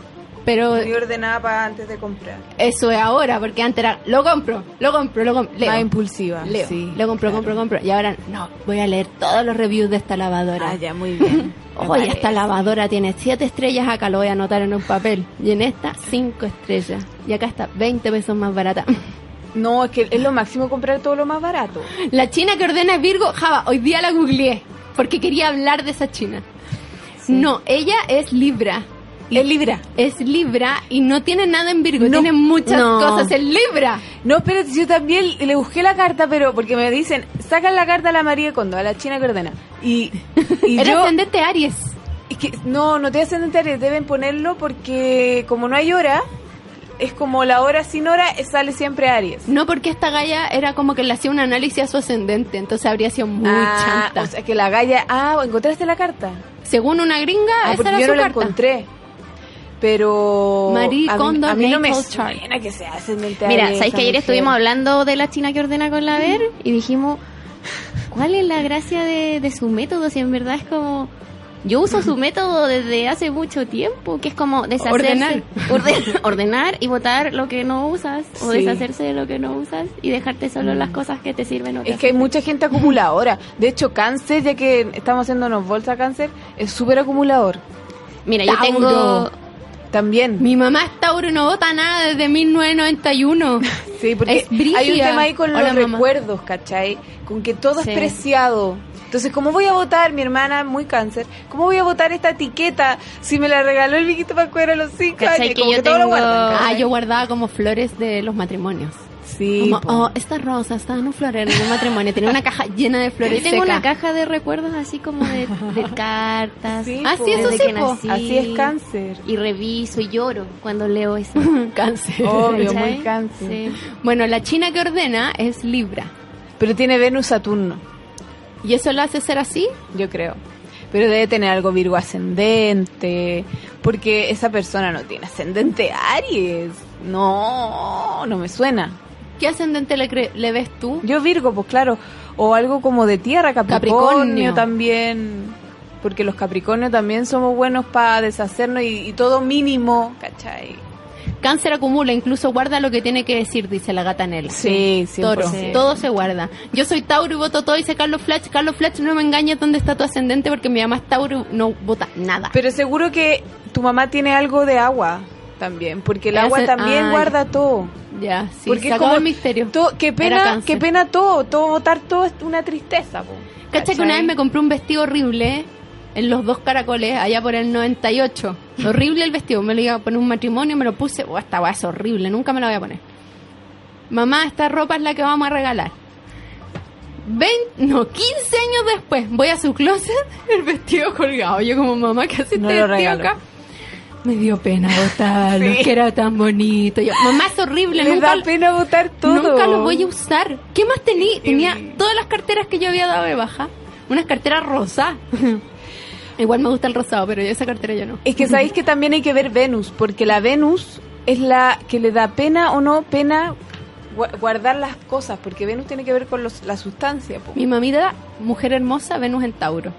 pero
Muy ordenada para antes de comprar.
eso es ahora, porque antes era, lo compro, lo compro, lo compro. Leo,
Más impulsiva.
leo,
sí,
lo compro,
claro.
compro, compro. Y ahora, no, voy a leer todos los reviews de esta lavadora.
Ah, ya, muy bien. Me
Oye,
parece.
esta lavadora tiene 7 estrellas, acá lo voy a anotar en un papel. Y en esta, 5 estrellas. Y acá está, 20 pesos más barata. <laughs>
<laughs> No, es que es lo máximo comprar todo lo más barato.
La china que ordena es Virgo, Java, hoy día la googleé, porque quería hablar de esa china. No, ella es Libra.
Es Libra.
Es Libra y no tiene nada en Virgo,
No.
tiene muchas
No.
cosas en Libra.
No, espérate, yo también le busqué la carta, pero porque me dicen, sacan la carta a la María Kondo, a la China que ordena.
<laughs>
Y, y
Era
yo,
ascendente Aries.
es que, no, no te hacen Aries, deben ponerlo porque como no hay hora, es como la hora sin hora, eh, sale siempre Aries.
No, porque esta galla era como que le hacía un análisis a su ascendente, entonces habría sido muy
Ah,
chanta.
O sea, que la galla, ah, ¿encontraste la carta?
Según una gringa,
Ah,
esa
porque
era
yo
su
no la
carta.
encontré. Pero
Marie
a mí,
Kondo
a mí no me
Natal Chart.
suena que se hacen del
Mira, ¿sabéis que ayer estuvimos hablando de la china que ordena con la ver? Y dijimos, ¿cuál es la gracia de, de su método? Si en verdad es como... Yo uso su método desde hace mucho tiempo, que es como deshacerse, orde- <laughs> ordenar, y votar lo que no usas, o
Sí. Mm.
deshacerse de lo que no usas y dejarte solo las cosas que te sirven o te
Es que hay mucha gente acumuladora. De hecho, cáncer, ya que estamos haciéndonos bolsa cáncer, es súper acumulador.
hacen. Mira, yo
Tauro.
tengo
También.
Mi mamá es Tauro, no vota nada desde
<laughs>
1991.
Sí, porque
Es brígida.
hay un tema ahí con
Hola,
los
mamá.
recuerdos, ¿cachai? Con que todo
Sí.
es preciado. Entonces, ¿cómo voy a votar, mi hermana, muy cáncer? ¿Cómo voy a votar esta etiqueta si me la regaló el viejito Pacuero a los cinco
¿Cachai?
años?
Que
Como
yo
que todo lo
tengo-
guardan,
Ah,
¿cachai?
yo guardaba como flores de los matrimonios.
Sí,
como,
po.
oh, estas rosas estaban en un florero de un matrimonio. Tenía
<laughs>
una caja llena de flores
Yo tengo
seca.
una caja de recuerdos así como de,
<laughs>
de cartas.
Sí,
Ah,
po.
sí, eso
desde
sí,
que
po.
nací.
Así es cáncer.
Y reviso y lloro cuando leo eso.
<laughs> Oh.
Cáncer.
Obvio,
¿Cachai?
muy cáncer.
Sí.
Bueno, la china que ordena es Libra.
Pero tiene Venus Saturno,
¿Y eso lo hace ser así?
yo creo. Pero debe tener algo Virgo ascendente, porque esa persona no tiene ascendente Aries. No, no me suena.
¿Qué ascendente le, cre- le ves tú?
Yo Virgo, pues claro. o algo como de tierra, Capricornio,
Capricornio.
también, porque los Capricornio también somos buenos para deshacernos y, y todo mínimo, ¿cachai?
Cáncer acumula, incluso guarda lo que tiene que decir, dice la gata Nel.
Sí,
Toro,
Sí.
todo se guarda. Yo soy Tauro y voto todo, dice Carlos Flash. Carlos Flash, no me engañes dónde está tu ascendente porque mi mamá es Tauro y no vota nada.
Pero seguro que tu mamá tiene algo de agua también, porque el
Ese-
agua también
ay.
guarda todo.
ya, sí,
porque
se
es
acabó
como
el misterio.
To- qué
Era
pena,
cáncer.
qué pena todo, todo votar todo es una tristeza. po.
Cacha que una vez me compré un vestido horrible eh, en los dos caracoles, allá por el 98. Horrible el vestido, me lo iba a poner un matrimonio, me lo puse, oh, esta weá es horrible, nunca me la voy a poner. Mamá, esta ropa es la que vamos a regalar. Vein- no, 15 años después, voy a su closet, <laughs> el vestido colgado. Yo como mamá, ¿qué hace
No
este vestido
lo regaló.
acá? Me dio pena botarlo,
<laughs> Sí.
que era tan bonito. Yo, mamá, es horrible,
Le
nunca,
da pena votar todo.
Nunca lo voy a usar. ¿Qué más tenía? Tenía
Horrible.
todas las carteras que yo había dado de baja. Unas carteras rosa. <laughs> Igual me gusta el rosado, pero yo esa cartera yo no.
Es que sabéis que también hay que ver Venus, porque la Venus es la que le da pena o no pena gua- guardar las cosas, porque Venus tiene que ver con los- la sustancia. po.
Mi mamita, mujer hermosa, Venus en Tauro.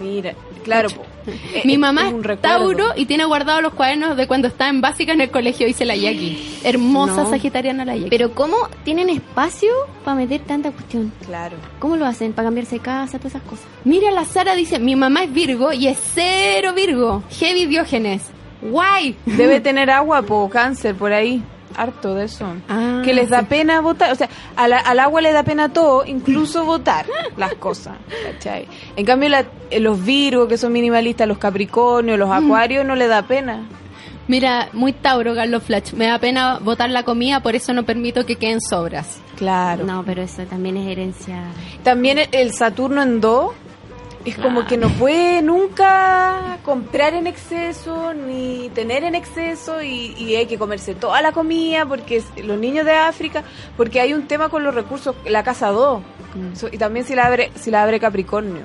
Mira, claro. po. Eh,
Mi
eh,
mamá
es
es
un recuerdo.
Tauro y tiene guardados los cuadernos de cuando estaba en básica en el colegio, dice la Jackie. Hermosa
No.
sagitariana la Jackie.
Pero ¿cómo tienen espacio para meter tanta cuestión?
Claro.
¿Cómo lo hacen? ¿Para cambiarse de casa? Todas esas cosas.
Mira, la Sara dice, mi mamá es Virgo y es cero Virgo. Heavy Diógenes. Guay.
Debe tener agua, po, cáncer, por ahí. Harto de eso.
Ah,
que les da pena votar. O sea, a la- al agua le da pena todo, incluso votar las cosas. ¿cachai? En cambio, la- eh, los Virgos, que son minimalistas, los Capricornios, los Acuarios, no le da pena.
Mira, muy Tauro, Carlos Flash. Me da pena botar la comida, por eso no permito que queden sobras.
Claro.
No, pero eso también es herencia.
También el, el Saturno en Do es como que no puede nunca comprar en exceso ni tener en exceso y, y hay que comerse toda la comida porque es- los niños de África, porque hay un tema con los recursos, la casa 2 So- y también si la abre si la abre Capricornio.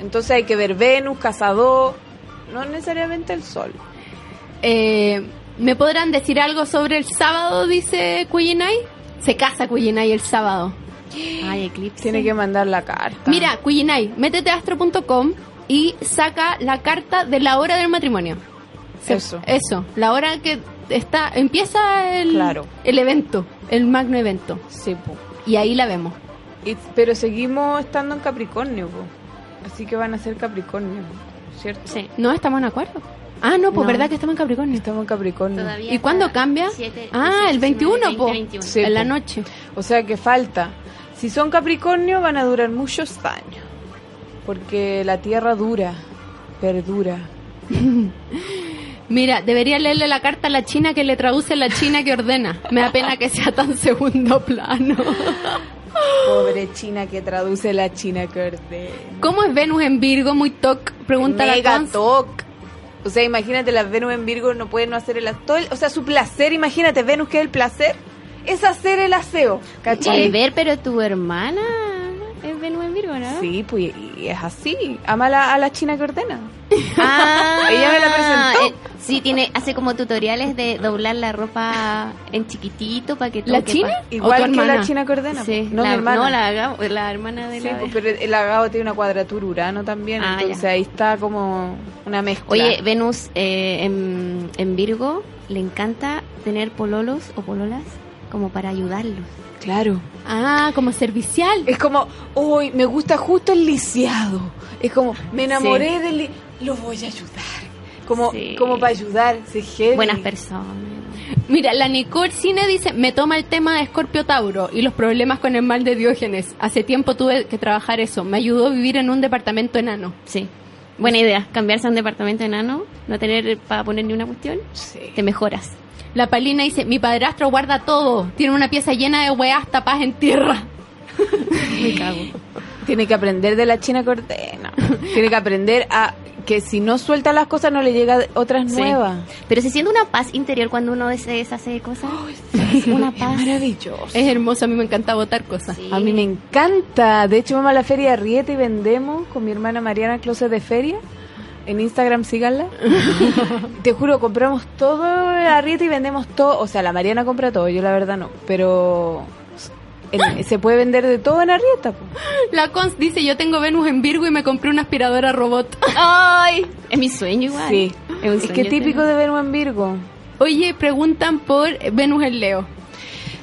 Entonces hay que ver Venus, casa 2 no necesariamente el sol.
Eh, ¿Me podrán decir algo sobre el sábado? Dice Cuyinay. Se casa Cuyinay el sábado.
Ay, eclipse.
Tiene que mandar la carta.
Mira, Cuyinay, métete a astro.com y saca la carta de la hora del matrimonio. Se-
Eso.
Eso, la hora que está empieza el,
Claro.
el evento, el magno evento.
Sí, po.
Y ahí la vemos.
Y- pero seguimos estando en Capricornio, po. así que van a ser Capricornio, ¿cierto?
Sí.
¿No estamos en acuerdo? Ah, no, pues
No.
verdad que estamos en Capricornio.
Estamos en Capricornio.
Todavía
¿Y
está
cuándo cambia?
siete,
ah, el
18,
21,
19,
po.
21.
Sí,
en
po.
la noche.
O sea que falta. Si son Capricornio van a durar muchos años. Porque la Tierra dura, perdura.
Mira, debería leerle la carta a la china que le traduce la china que ordena. Me da pena que sea tan segundo plano.
Pobre China que traduce la China que ordena.
¿Cómo es Venus en Virgo? Muy toc, pregunta la
Mega
Cons.
toc. O sea, imagínate, las Venus en Virgo no pueden no hacer el aseo. O sea, su placer, imagínate, Venus que es el placer, es hacer el aseo. ¿Cachai?
Volver, pero tu hermana es Venus en Virgo, ¿no?
Sí, pues y es así. Ama la- a la China que ordena.
Ah,
<laughs> Ella me la presentó.
eh, sí, tiene, hace como tutoriales de doblar la ropa en chiquitito para que todo
¿La
quepa.
china? ¿O
Igual
tu
que la
hermana?
China que ordena. pues.
Sí,
No,
la,
mi hermana.
no, la, Gabo- la hermana de
Sí,
la...
pues, pero el agado tiene una cuadratura urano también,
Ah,
entonces
ya.
ahí está como una mezcla.
Oye, Venus eh, en, en Virgo le encanta tener pololos o pololas como para ayudarlos.
claro.
Ah, como servicial.
Es como, uy, me gusta justo el lisiado. Es como, me enamoré del li- lo voy a ayudar. Como,
Sí.
como para ayudar, se heavy.
Buenas personas.
Mira, la Nicole Cine dice, me toma el tema de Escorpio Tauro y los problemas con el mal de Diógenes. Hace tiempo tuve que trabajar eso. Me ayudó a vivir en un departamento enano.
Sí. Buena idea, cambiarse a un departamento enano, no tener para poner ni una cuestión,
Sí.
te mejoras.
La Palina dice, mi padrastro guarda todo. Tiene una pieza llena de weas tapadas en tierra.
Me cago.
Tiene que aprender de la China que
<laughs>
ordena. tiene que aprender a que si no suelta las cosas no le llega otras
Sí.
nuevas.
Pero se siente una paz interior cuando uno se deshace de cosas. Es una
Es
paz.
maravilloso.
Es hermoso, a mí me encanta votar cosas.
Sí.
A mí me encanta. De hecho, vamos a la feria de Rieta y vendemos con mi hermana Mariana Closet de Feria. En Instagram, síganla. Te juro, compramos todo en la Rieta y vendemos todo. O sea, la Mariana compra todo, yo la verdad no. Pero en- se puede vender de todo en Arrieta. po.
La Cons dice, yo tengo Venus en Virgo y me compré una aspiradora robot. <laughs>
¡Ay! Es mi sueño igual.
Sí.
Es, un
Es que
sueño
típico
eterno.
de Venus en Virgo.
Oye, preguntan por Venus en Leo.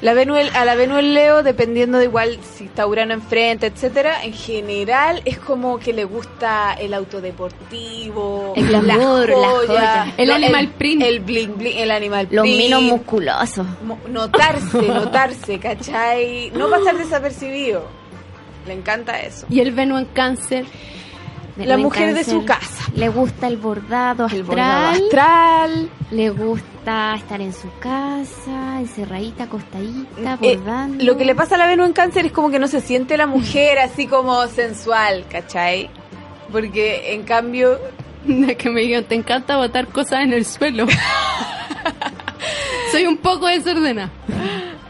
La Venus, en- a la Venus en Leo, dependiendo de igual si está Urano enfrente, etcétera, en general es como que le gusta el auto deportivo,
El glamour, la joya.
El
lo-
animal print.
el bling bling, el animal
Los
print.
minos musculosos.
Mo- notarse, notarse, ¿cachai? No pasar desapercibido. Le encanta eso.
Y el Venus en Cáncer. <laughs>
La
Ven
mujer de
cáncer.
su casa.
Le gusta el bordado astral.
El bordado astral.
Le gusta estar en su casa, encerradita, acostadita,
Eh,
bordando.
lo que le pasa a la Venus en cáncer es como que no se siente la mujer así como sensual, ¿cachai? Porque en cambio
De que me digan, te encanta botar cosas en el suelo. <laughs> Soy un poco desordenada.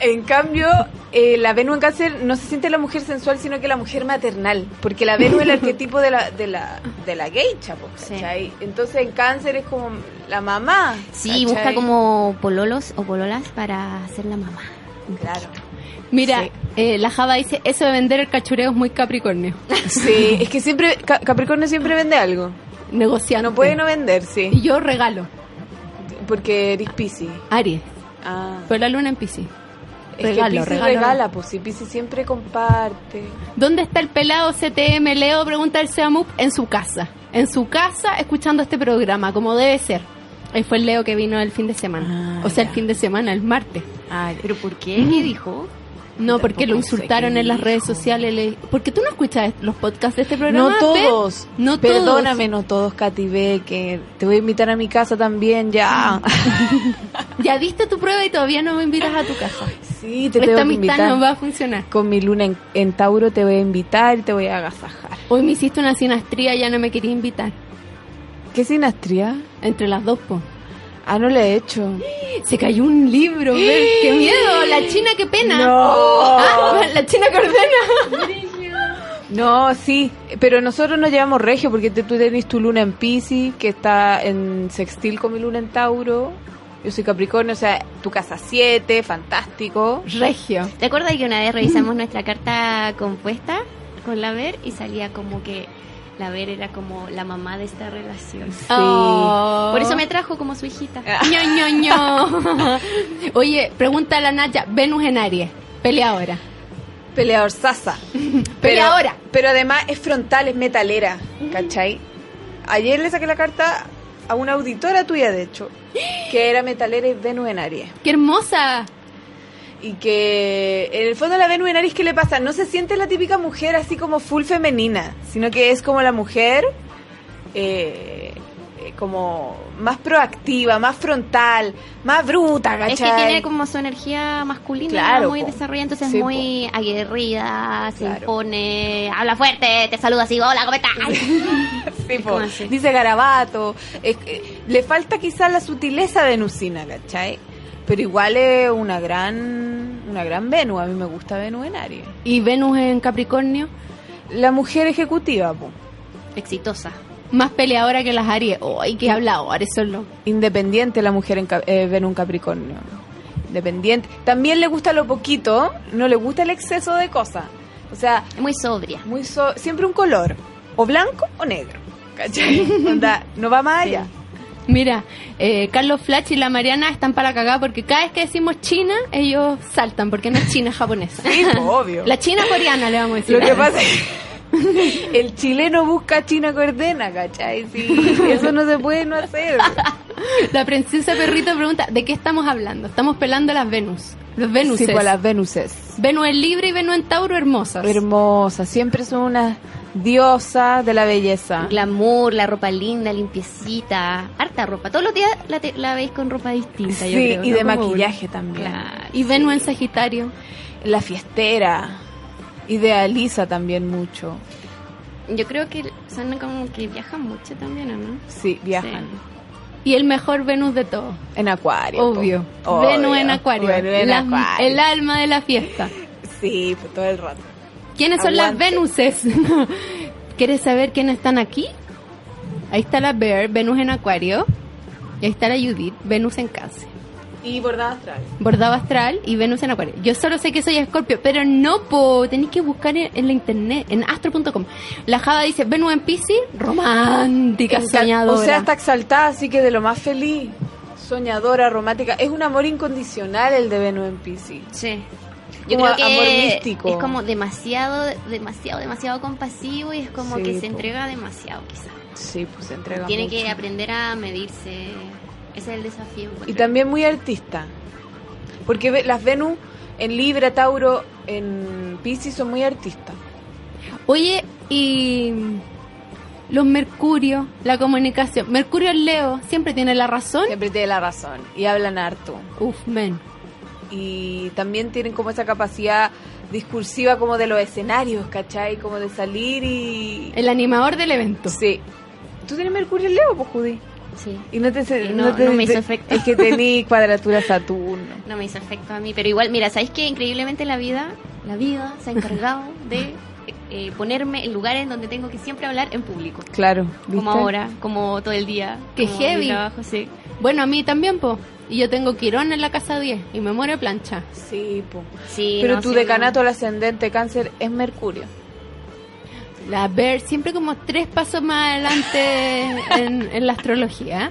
En cambio, eh, la Venus en cáncer no se siente la mujer sensual, sino que la mujer maternal, porque la Venus es <laughs> el arquetipo de la, de la, de la geisha, po,
Sí.
¿cachai? Entonces en cáncer es como la mamá.
Sí,
¿cachai?
busca como pololos o pololas para ser la mamá.
<laughs> Claro.
Mira,
Sí.
eh, la Java dice, eso de vender el cachureo es muy capricornio. <laughs>
Sí, es que siempre, Ca- Capricornio siempre vende algo.
Negociar.
No puede no vender, sí.
Y yo regalo.
Porque eres Piscis.
Aries.
Ah.
Pero la luna en Piscis.
Es
Regalo,
que Piscis
regalo.
regala, pues si Piscis siempre comparte.
¿Dónde está el pelado CTM Leo? Pregunta el Seamup. En su casa. En su casa, escuchando este programa, como debe ser. Ahí fue el Leo que vino el fin de semana.
Ah,
o sea, el
ya.
fin de semana, el martes.
¿Pero por qué? <laughs> ¿Qué dijo?
No, porque lo
Tampoco sé
insultaron
qué
en las
dijo.
redes sociales. Le... Porque tú no escuchas los podcasts de este programa.
no
Fer?
todos.
No todos.
Perdóname, no todos, Katy que te voy a invitar a mi casa también, <laughs> ya.
Ya diste tu prueba y todavía no me invitas a tu casa.
Sí, <laughs> te
Esta
tengo que
amistad
invitar.
no va a funcionar.
Con mi luna en, en Tauro te voy a invitar y te voy a agasajar.
Hoy me hiciste una sinastría, ya no me quería invitar.
¿Qué sinastría?
Entre las dos, po.
Ah, no le he hecho.
Se cayó un libro,
<gasps>
ver, qué miedo. La china, qué pena.
No.
Ah, la china que ordena.
No, sí, pero nosotros nos llevamos regio porque te- tú tenés tu luna en Pisces, que está en sextil con mi luna en Tauro. Yo soy Capricornio, o sea, tu casa 7, fantástico.
Regio.
¿Te acuerdas que una vez revisamos nuestra carta compuesta con la Ver y salía como que la Ver era como la mamá de esta relación?
Sí.
Oh.
Por eso
<laughs>
me trajo como su hijita.
Ah,
Ño, Ño, Ño. <laughs> Oye, pregunta a la Nacha. Venus en Aries. Pelea ahora.
Peleador Sasa.
<laughs>
Peleadora.
Pero además es frontal, es metalera, ¿cachai? Ayer le saqué la carta a una auditora tuya, de hecho, que era metalera y Venus en Aries.
¡Qué hermosa!
Y que en el fondo la Venus en Aries, ¿qué le pasa? No se siente la típica mujer así como full femenina, sino que es como la mujer eh, eh, como más proactiva, más frontal, más bruta, ¿cachai?
Es que tiene como su energía masculina
Claro,
¿no? muy
po.
desarrollada, entonces
Sí,
es muy aguerrida, se
Claro.
impone, habla fuerte, te saluda así, hola, ¿cómo estás?
<laughs> Sí, po.
¿Cómo así?
Dice garabato. es que- le falta quizás la sutileza venusina, ¿cachai? Pero igual es una gran, una gran Venus. A mí me gusta Venus en Aries.
Y Venus en Capricornio.
La mujer ejecutiva, po.
Exitosa.
Más peleadora que las Aries. ¡Ay, qué habladores son los!
Independiente la mujer en Cap- eh, Venus en Capricornio. Independiente. También le gusta lo poquito, no le gusta el exceso de cosas. O sea,
Es muy sobria.
muy so- siempre un color. O blanco o negro. ¿Cachai? <laughs> Onda, no va más allá.
Mira, eh, Carlos Flach y la Mariana están para cagar porque cada vez que decimos China, ellos saltan porque no es China, es
<laughs>
japonesa.
Sí, po, obvio.
La China coreana, le vamos a decir.
Lo que pasa es que el chileno busca China Cordena, ¿cachai? Sí, eso no se puede no hacer.
La princesa perrito pregunta, ¿de qué estamos hablando? Estamos pelando las Venus. Los Venus.
Sí, pues las Venuses.
Venus en Libre y Venus en Tauro hermosas.
Hermosas, siempre son unas diosas de la belleza.
Glamour, la ropa linda, limpiecita, harta ropa. Todos los días la, te- la veis con ropa distinta,
Sí,
yo creo,
y
¿no?
de
Como
maquillaje también.
Claro.
Ah, y Venus en Sagitario.
La fiestera. Idealiza también mucho.
Yo creo que son como que viajan mucho también, ¿o ¿no?
Sí, viajan.
Y el mejor Venus de todos.
En acuario. po.
Obvio. Venus en Acuario.
Venus en
Las-
acuario.
El alma de la fiesta.
Sí, pues todo el rato.
¿Quiénes son las
Aguante.
Venuses? <laughs> ¿Quieres saber quiénes están aquí? Ahí está la Bear, Venus en Acuario. Y ahí está la Judith, Venus en Cáncer.
Y bordado astral.
Bordado astral y Venus en acuario. Yo solo sé que soy escorpio, pero no, po. Tenéis que buscar en, en la internet, en astro.com. La Java dice, Venus en Pisces, romántica,
Enca-
soñadora.
O sea, está exaltada, así que de lo más feliz. Soñadora, romántica. Es un amor incondicional el de Venus en Pisces.
Sí. Yo
Como
creo que
amor místico.
es como demasiado, demasiado, demasiado compasivo y es como
Sí,
que se
po.
entrega demasiado quizás.
Sí, pues se entrega.
Tiene
mucho.
que aprender a medirse. Ese es el desafío. encuentro.
Y también muy artista. Porque ve- las Venus en Libra, Tauro, en Pisces son muy artistas.
Oye, y los Mercurio, la comunicación. Mercurio en Leo, siempre tiene la razón.
Siempre tiene la razón. Y hablan harto.
Uf, men.
y también tienen como esa capacidad discursiva como de los escenarios, ¿cachai? Como de salir y...
El animador del evento.
Sí. Tú tienes Mercurio en Leo, pues, Judy.
Sí.
Y no te...
Y no-
te-
no me hizo
te-
efecto.
Es
<laughs>
que tení cuadratura Saturno.
No me hizo efecto a mí, pero igual, mira, ¿sabéis que increíblemente la vida, la vida se ha encargado de eh, ponerme en lugares donde tengo que siempre hablar en público?
Claro.
Como ahora, como todo el día.
Qué
como
heavy.
en mi trabajo, sí.
Bueno, a mí también, po. Y yo tengo Quirón en la casa 10 y me muero de plancha.
Sí, pues.
Sí,
Pero
no,
tu
sí,
decanato
no.
al ascendente cáncer es Mercurio. <laughs>
La ver siempre como tres pasos más adelante en, en la astrología.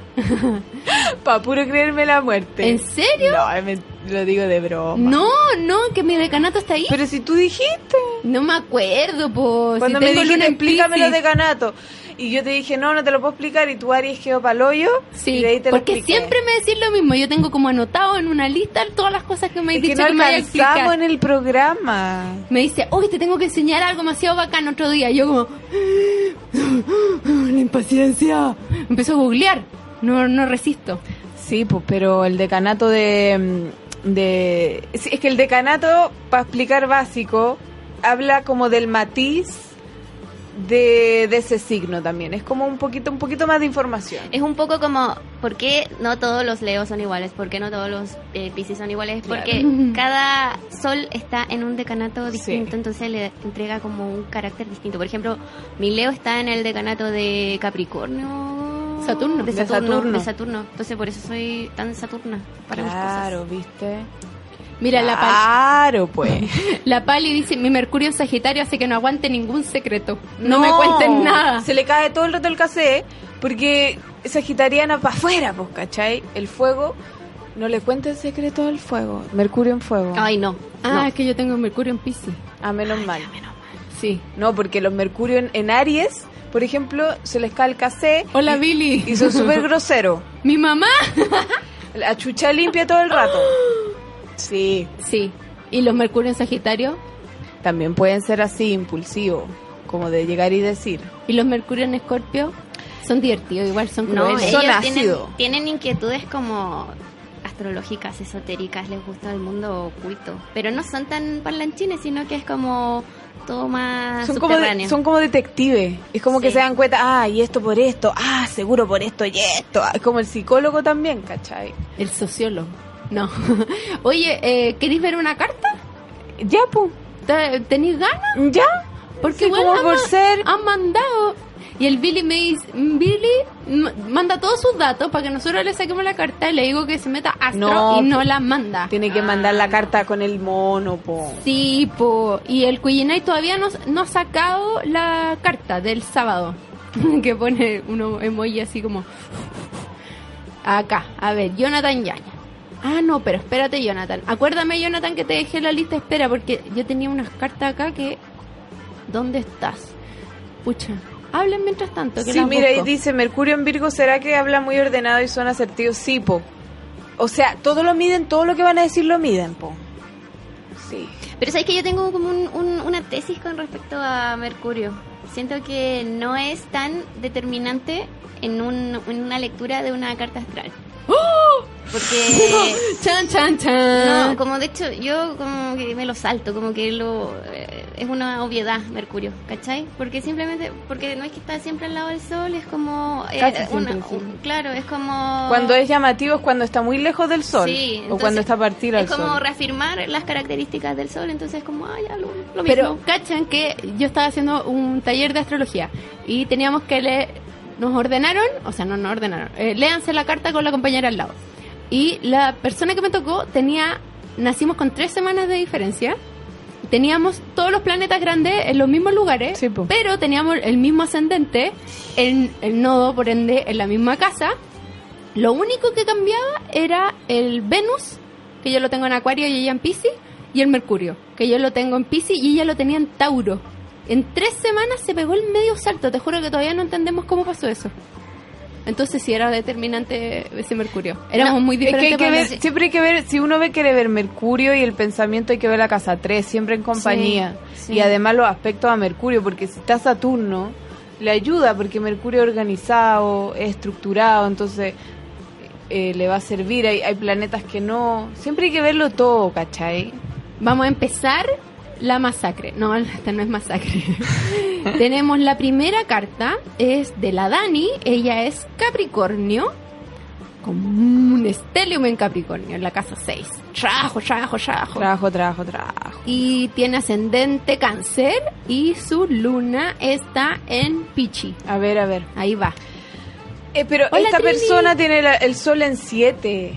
Pa' puro creerme la muerte.
¿En serio?
No, es men- lo digo de broma.
No, no, que mi decanato está ahí.
Pero si tú dijiste...
No me acuerdo, po. Pues Si
Cuando me
tengo luna
dijiste,
en
explícame los
Piscis.
decanatos. Y yo te dije, no, no te lo puedo explicar. Y tú, Aries, quedó paloyo.
Sí,
y de ahí te lo
porque
expliqué.
siempre me decís lo mismo. Yo tengo como anotado en una lista todas las cosas que me
Es
has
que
dicho
no
que, me voy a
alcanzamos
explicar.
en el programa.
Me dice, uy, te tengo que enseñar algo demasiado bacán otro día. Yo como, Ah, la impaciencia. Empiezo a googlear. No, no resisto.
Sí, pues, pero el decanato de... mm, de sí, es que el decanato, para explicar básico, habla como del matiz de, de ese signo también. Es como un poquito, un poquito más de información.
Eh,
Es un poco como, ¿por qué no todos los leos son iguales? ¿Por qué no todos los eh, piscis son iguales?
Claro.
Porque
<laughs>
cada sol está en un decanato distinto, entonces le entrega como un carácter distinto. Por ejemplo, mi leo está en el decanato de Capricornio.
Saturno.
De
De
Saturno.
Saturno.
de Saturno. Entonces por eso soy tan Saturna para mis
claro,
cosas.
¿viste?
Mira, la,
Ah.
pal-
claro, pues.
la Pali dice, mi Mercurio en Sagitario hace que no aguante ningún secreto. <laughs> No, me cuenten nada.
Se le cae todo el rato el café porque Sagitariana para afuera, pues, ¿cachai? El fuego, no le cuenten secretos al fuego. Mercurio en fuego.
Ay, no.
Ah, es que yo tengo Mercurio en Pisces.
a menos mal.
Sí.
No, porque los Mercurio en, en Aries, por ejemplo, se les cae el café
Hola, Billy.
y son súper groseros.
¿Mi mamá?
La chucha limpia todo el rato. Sí,
Sí. ¿Y los Mercurio en Sagitario?
también pueden ser así, impulsivos, como de llegar y decir.
¿Y los Mercurio en Escorpio? Son divertidos, igual son
No,
crueles.
Son
ellos tienen,
ácido.
tienen inquietudes como astrológicas, esotéricas, les gusta el mundo oculto. Pero no son tan parlanchines, sino que es como todo más
son como, de-
subterráneo.
son como detectives. Es como que
Ah, Sí.
se dan cuenta, ah, y esto por esto, ah, seguro por esto y esto. Ah, Es como el psicólogo también, ¿cachai?
El sociólogo. No. <laughs> Oye, eh, ¿queréis ver una carta?
Ya, pu,
¿Te- ¿Tenéis ganas?
ya.
Porque
Sí,
igual
como
han,
por
ma-
ser-
han mandado. Y el Billy me dice, Billy m- manda todos sus datos para que nosotros le saquemos la carta y le digo que se meta astro
No,
y no la manda.
Tiene que mandar la carta con el mono, po.
Sí, po. Y el Cuyinay todavía no, no ha sacado la carta del sábado. <laughs> que pone uno emoji así como. Acá, a ver, Jonathan Yaña. Ah, no, pero espérate, Jonathan. Acuérdame, Jonathan, que te dejé la lista. Espera, porque yo tenía unas cartas acá que. ¿Dónde estás? Pucha, hablen mientras tanto. Que
Sí,
las
mira, ahí
busco.
dice, Mercurio en Virgo, ¿será que habla muy ordenado y son asertivos? Sí, po. O sea, todo lo miden, todo lo que van a decir lo miden, po. Sí.
Pero sabes que yo tengo como un- un- una tesis con respecto a Mercurio. Siento que no es tan determinante en, un- en una lectura de una carta astral.
¡Oh! <laughs>
Porque
<laughs> Chan, chan, chan.
Ah.
No, como de hecho yo como que me lo salto, como que lo eh, es una obviedad Mercurio, ¿cachai? Porque simplemente, porque no es que está siempre al lado del Sol, es como... eh,
Casi siempre,
una-
sí.
un- claro, es como...
Cuando es llamativo es cuando está muy lejos del sol.
Sí,
o
entonces,
cuando está a partir al
Es como
sol.
reafirmar las características del Sol, entonces como, ah, ya, lo, lo mismo.
Pero cachan que yo estaba haciendo un taller de astrología y teníamos que leer, nos ordenaron, o sea, no nos ordenaron, eh, léanse la carta con la compañera al lado. Y la persona que me tocó tenía, nacimos con tres semanas de diferencia. Teníamos todos los planetas grandes en los mismos lugares,
Sí, po.
pero teníamos el mismo ascendente, en el nodo, por ende, en la misma casa. Lo único que cambiaba era el Venus, que yo lo tengo en Acuario y ella en Pisces, y el Mercurio, que yo lo tengo en Pisces y ella lo tenía en Tauro. En tres semanas se pegó el medio salto, te juro que todavía no entendemos cómo pasó eso. Entonces sí era determinante ese Mercurio. Éramos muy
Es que
diferentes.
hay que
para
ver,
los-
siempre hay que ver, si uno ve quiere ver Mercurio y el pensamiento hay que ver la casa 3, siempre en compañía.
Sí, sí.
Y además los aspectos a Mercurio, porque si está Saturno, le ayuda porque Mercurio es organizado, es estructurado, entonces eh, le va a servir, hay, hay planetas que no. Siempre hay que verlo todo, ¿cachai?
Vamos a empezar la masacre. No, <laughs> esta no es
<laughs>
masacre. Tenemos la primera carta, es de la Dani, ella es Capricornio, con un estelium en Capricornio, en la casa 6. Trabajo, trabajo, trabajo.
Trabajo, trabajo, trabajo.
y tiene ascendente cáncer y su luna está en Pichi.
A ver, a ver.
Ahí va.
Eh, pero
Hola,
esta
Trini.
persona tiene la- el sol en 7.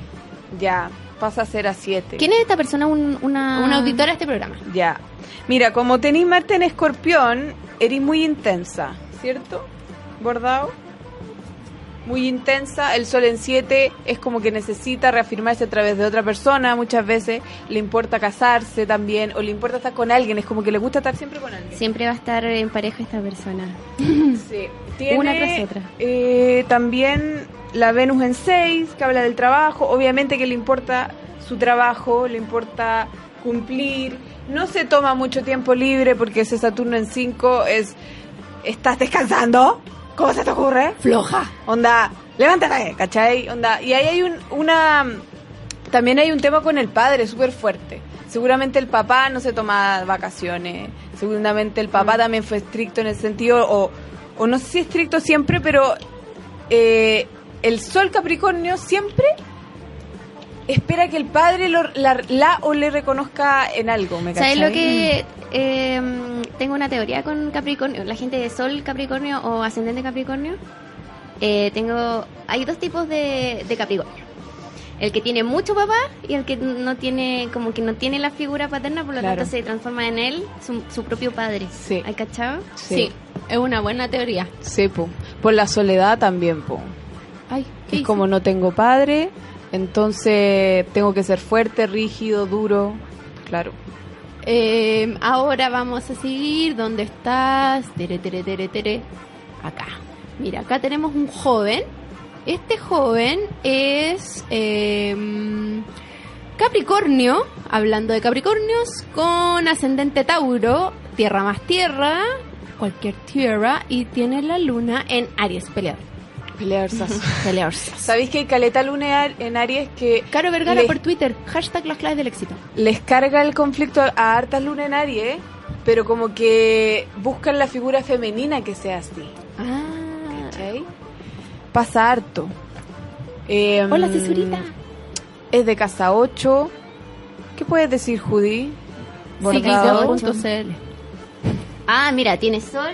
Ya, pasa a ser a 7.
¿Quién es esta persona? Un- una...
Ah.
Una auditora de este programa.
Ya. Mira, como tenéis Marte en escorpión, eres muy intensa, ¿cierto? Bordado. Muy intensa, el sol en 7 es como que necesita reafirmarse a través de otra persona, muchas veces le importa casarse también, o le importa estar con alguien, es como que le gusta estar siempre con alguien.
Siempre va a estar en pareja esta persona.
Sí. Tiene,
Una tras otra.
eh, también la Venus en 6, que habla del trabajo. Obviamente que le importa su trabajo, le importa cumplir. No se toma mucho tiempo libre porque ese Saturno en 5 es... ¿Estás descansando? ¿Cómo se te ocurre?
Floja.
Onda, levántate, ¿cachai? Onda, y ahí hay un, una... También hay un tema con el padre súper fuerte. Seguramente el papá no se toma vacaciones. Seguramente el
Mm.
papá también fue estricto en el sentido, o, o no sé si estricto siempre, pero eh, el sol Capricornio siempre espera que el padre lo- la, la o le reconozca en algo, ¿me
¿Sabes
cachai?
lo que eh, tengo una teoría con Capricornio? La gente de Sol Capricornio o ascendente Capricornio. eh, tengo, hay dos tipos de, de Capricornio. El que tiene mucho papá y el que no tiene, como que no tiene la figura paterna, por lo
Claro.
tanto se transforma en él, su, su propio padre.
Sí.
¿Hay cachado?
Sí. es una buena teoría.
Sí, po. Por la soledad también, po.
Ay, ¿qué
Es
hice?
como no tengo padre, entonces tengo que ser fuerte, rígido, duro. Claro.
Eh, ahora vamos a seguir. ¿Dónde estás? Tere, tere, tere, tere. Acá. Mira, acá tenemos un joven. Este joven es eh, Capricornio, hablando de Capricornios, con ascendente Tauro, tierra más tierra, cualquier tierra, y tiene la luna en Aries, peleador.
<laughs>
Peleadores.
¿Sabéis que hay caleta lunar en Aries que
Caro Vergara
Le-
por Twitter, hashtag las claves del éxito.
les carga el conflicto a- a hartas lunas en Aries, pero como que buscan la figura femenina que sea así?
Ah,
¿Cachai? Pasa harto. Eh,
hola, Cesurita.
Es de casa 8. ¿Qué puedes decir, Judy? Bordado.
Ciclismo.cl.
Ah, mira, tiene Sol,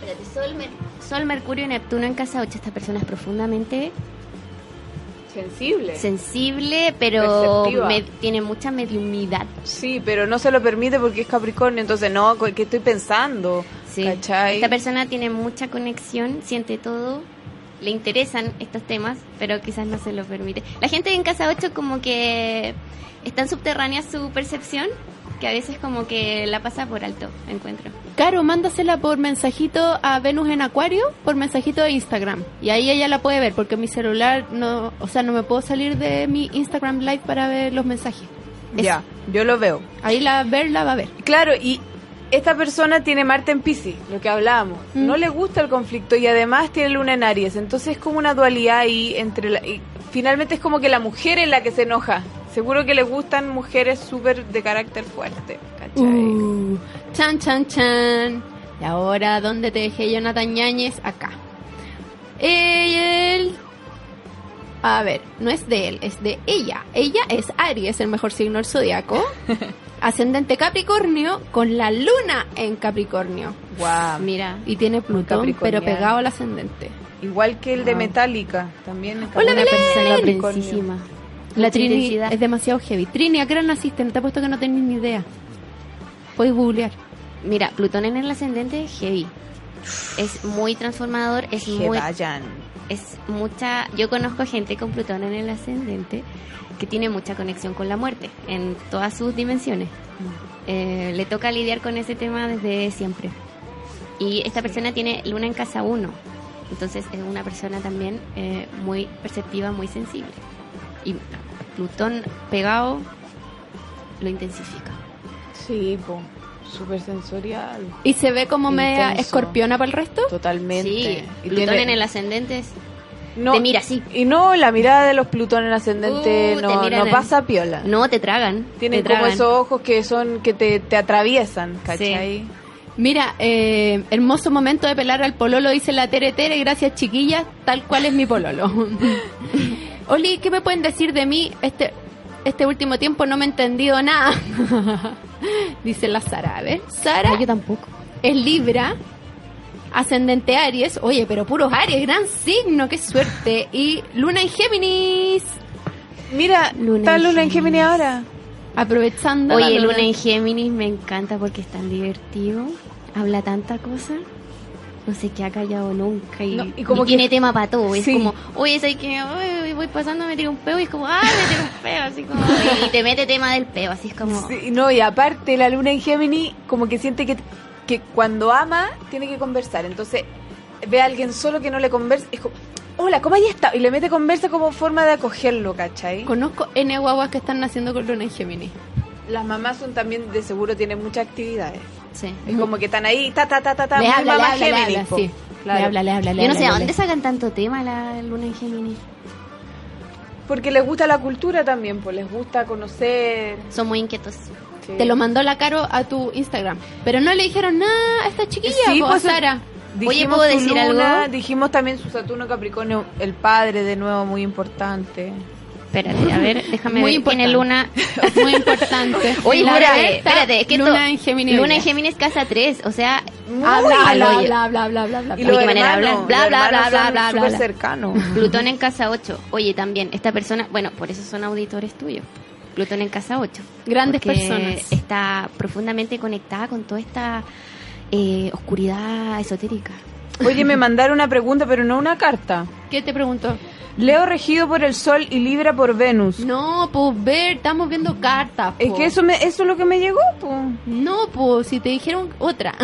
espérate, Sol, Mer- Sol, Mercurio y Neptuno en casa 8. Esta persona es profundamente
Sensible.
sensible, pero
Perceptiva.
me- tiene mucha mediumidad.
Sí, pero no se lo permite porque es Capricornio, entonces no, ¿qué estoy pensando?
Sí.
¿Cachai?
Esta persona tiene mucha conexión, siente todo, le interesan estos temas, pero quizás no se lo permite. La gente en Casa 8 como que es tan subterránea su percepción que a veces como que la pasa por alto, encuentro.
Caro, mándasela por mensajito a Venus en Acuario, por mensajito de Instagram. Y ahí ella la puede ver, porque mi celular no, o sea, no me puedo salir de mi Instagram Live para ver los mensajes. Eso.
Ya, yo lo veo.
Ahí la verla va a ver.
Claro, y esta persona tiene Marte en Pisces, lo que hablábamos.
Mm.
No le gusta el conflicto y además tiene Luna en Aries, entonces es como una dualidad ahí entre la- y finalmente es como que la mujer es la que se enoja. Seguro que le gustan mujeres súper de carácter fuerte, ¿cachai?
Uh, chan, chan, chan. Y ahora, ¿dónde te dejé Jonathan Ñañez? Acá. Él... A ver, no es de él, es de ella. Ella es Aries, el mejor signo del zodiaco. Ascendente Capricornio con la luna en Capricornio.
Guau.
Mira,
Y tiene Plutón,
capricorniano.
pero pegado al ascendente.
Igual que el de
Wow.
Metallica, también es
Hola,
Capricornio.
una persona
Capricornio.
precisísima. La
Trini
intensidad.
es demasiado heavy. Trini, ¿a qué hora naciste? No te apuesto que no tenés ni idea. Puedes googlear.
Mira, Plutón en el ascendente, heavy. Es muy transformador, es
Que
muy
vayan.
es mucha. Yo conozco gente con Plutón en el ascendente que tiene mucha conexión con la muerte en todas sus dimensiones. Eh, le toca lidiar con ese tema desde siempre. Y esta persona tiene luna en casa 1. Entonces es una persona también eh, muy perceptiva, muy sensible. Y Plutón pegado lo intensifica.
Sí, po. Súper sensorial.
Y se ve como media
Intenso.
escorpiona para el resto.
Totalmente.
Sí,
Y
Plutón
tiene-
en el ascendente es-
no-
te mira así.
Y no, la mirada de los Plutón en ascendente
Uh, te
no,
miran
no
al-
pasa piola.
No, te tragan.
Ah. Tienen
te
como
tragan.
esos ojos que son que te, te atraviesan, ¿cachai?
Mira, eh, hermoso momento de pelar al pololo, dice la Tere Tere. Gracias, chiquillas. Tal cual es mi pololo.
<laughs>
Oli, ¿qué me pueden decir de mí? Este, este último tiempo no me he entendido nada. <laughs> dice la Sara. A ver, Sara.
Ah, yo tampoco.
es Libra, ascendente Aries, oye, pero puros Aries, gran signo, qué suerte, y Luna en Géminis,
Mira,
Luna
está
en
Luna en Géminis
Géminis.
ahora.
aprovechando. la
Oye, Luna en Géminis me encanta porque es tan divertido, habla tanta cosa, no se queda callado nunca y,
No, y como
y
que-
tiene tema para todo. Es
Sí.
como, oye, ¿sabes que voy pasando, me tiro un peo y es como, ay, me tiro un peo, así como, y te mete tema del peo, así es como,
Sí, no, y aparte la Luna en Géminis como que siente que, que cuando ama tiene que conversar. Entonces ve a alguien solo que no le conversa, es como, hola, ¿cómo ahí está? Y le mete conversa como forma de acogerlo, ¿cachai?
Conozco N guaguas que están naciendo con Luna en Géminis.
Las mamás son también, de seguro, tienen muchas actividades.
sí.
Es como que están ahí, ta, ta, ta, ta, ta,
Le
muy
habla, le
mamá
habla, le
Géminis,
habla,
po.
sí.
Claro.
Le habla, le habla, le
Yo
habla,
no sé,
le
¿a
habla.
dónde sacan tanto tema la Luna en Géminis?
Porque les gusta la cultura también, pues les gusta conocer. eh,
Son muy inquietos.
sí.
Te lo mandó la Caro a tu Instagram, pero no le dijeron nada a esta chiquilla,
Sí,
po, a
pues,
<laughs>
Sara.
Dijimos
Oye, ¿puedo
su
decir
luna,
algo?
Dijimos también su Saturno Capricornio, el padre de nuevo, muy importante.
Espérate, a ver, déjame
Muy
ver. Tiene
importante.
Luna.
Muy importante.
Oye,
La
espérate,
Roberta,
espérate, es que esto-
Luna en Géminis.
Luna en Géminis casa 3, o sea,
Habla,
Muy
habla,
al hoyo.
habla, habla, habla, habla, bla.
Y los
¿De qué
hermanos,
manera hablan? Bla,
los
bla, bla,
hermanos
bla,
son
bla, bla,
súper
bla.
cercanos.
Plutón en casa 8. Oye, también, esta persona, bueno, por eso son auditores tuyos. Plutón en casa 8.
Grandes
Porque
personas.
Está profundamente conectada con toda esta eh, oscuridad esotérica.
Oye, me mandaron una pregunta, pero no una carta.
¿Qué te preguntó?
Leo regido por el Sol y Libra por Venus.
No, pues ver, estamos viendo cartas.
Es
po.
que eso, me, eso es lo que me llegó, po.
No, pues si te dijeron <laughs> otra.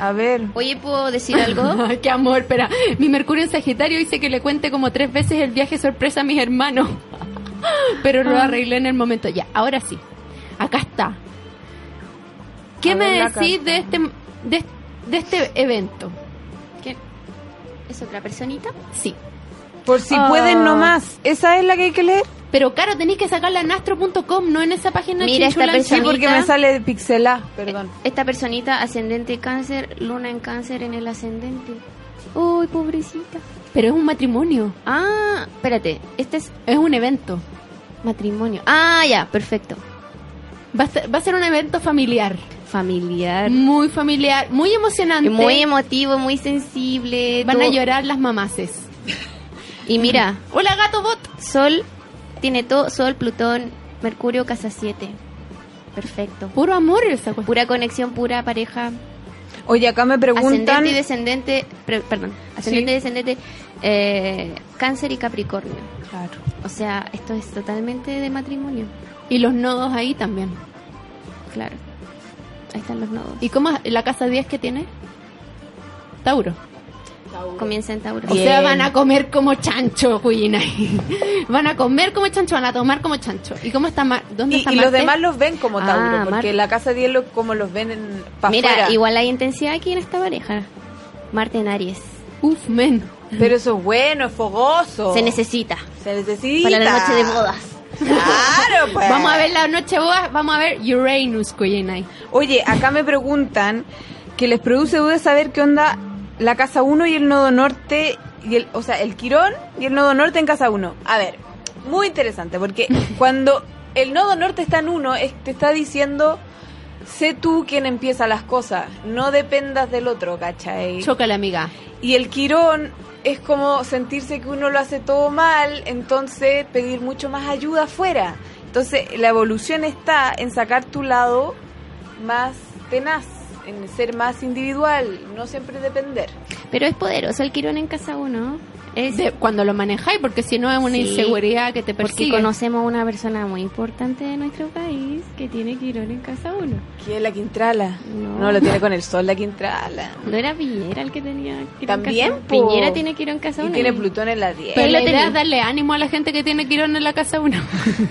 A ver.
Oye, ¿puedo decir
<laughs>
algo?
Ay, Qué amor, espera. Mi Mercurio en Sagitario dice que le cuente como tres veces el viaje sorpresa a mis hermanos. <laughs> Pero lo arreglé en el momento. Ya, ahora sí. Acá está. ¿Qué
A
me
ver la
decís
carta.
de este, de, de este evento?
¿Qué? ¿Es otra personita?
Sí.
Por si
Ah.
pueden nomás. ¿Esa es la que hay que leer?
Pero claro, tenéis que sacarla en astro.com, no en esa página
Mira esta
chinchulancha.
Sí, porque me sale pixelá, perdón.
Esta personita, ascendente cáncer, luna en cáncer en el ascendente. Uy, pobrecita.
Pero es un matrimonio,
Ah, espérate, este es
es un evento.
matrimonio. Ah, ya, perfecto.
Va a ser, va a ser un evento familiar.
Familiar.
Muy familiar, muy emocionante.
Muy emotivo, muy sensible.
Van a
todo.
llorar las mamaces.
Y mira,
Hola, gato bot.
Sol tiene todo, Sol, Plutón, Mercurio, casa 7. Perfecto.
Puro amor esa cuestión.
Pura conexión, pura pareja.
Oye, acá me preguntan.
Ascendente y descendente, pre- perdón, ascendente y descendente, eh, cáncer y capricornio.
Claro.
O sea, esto es totalmente de matrimonio,
Y los nodos ahí también.
claro. Ahí están los nodos.
¿Y cómo es la casa 10 que tiene? Tauro.
Comienza en Tauro.
O sea, van a comer como chancho, Cuyinay. <laughs> Van a comer como chancho, van a tomar como chancho. ¿Y cómo está Mar ¿Dónde
Y,
está
y los
Marte?
demás los ven como Tauro,
Ah,
porque
Marte.
la casa 10 lo- como los ven en, pa'
Mira,
afuera.
igual hay intensidad aquí en esta pareja. Marte en Aries.
Uf, men.
Pero eso es bueno, es fogoso.
Se necesita
Se necesita.
para la noche de bodas.
Claro, pues.
Vamos a ver la noche boda, vamos a ver Uranus, Cuyinay.
Oye, acá me preguntan que les produce duda saber qué onda la casa 1 y el nodo norte, y el, o sea, el Quirón y el nodo norte en casa 1. A ver, muy interesante, porque cuando el nodo norte está en 1, te está diciendo Sé tú quien empieza las cosas, no dependas del otro, ¿cachai?
Choca la amiga.
Y el quirón es como sentirse que uno lo hace todo mal, entonces pedir mucho más ayuda afuera. Entonces la evolución está en sacar tu lado más tenaz, en ser más individual, no siempre depender.
Pero es poderoso el Quirón en casa uno. Es
De- cuando lo manejáis, porque si no es una
Sí.
inseguridad que te
porque
persigue.
conocemos a una persona muy importante de nuestro país que tiene Quirón en casa uno.
¿Quién es la Quintrala?
No.
No, lo tiene con el sol la <laughs> Quintrala.
No era Piñera el que tenía Quirón
También,
en casa
po.
uno. Piñera tiene Quirón en casa
Y
uno.
tiene Plutón en la 10.
Pero
Él
la
lo
idea
tenía.
es darle ánimo a la gente que tiene quirón en la casa uno. <laughs>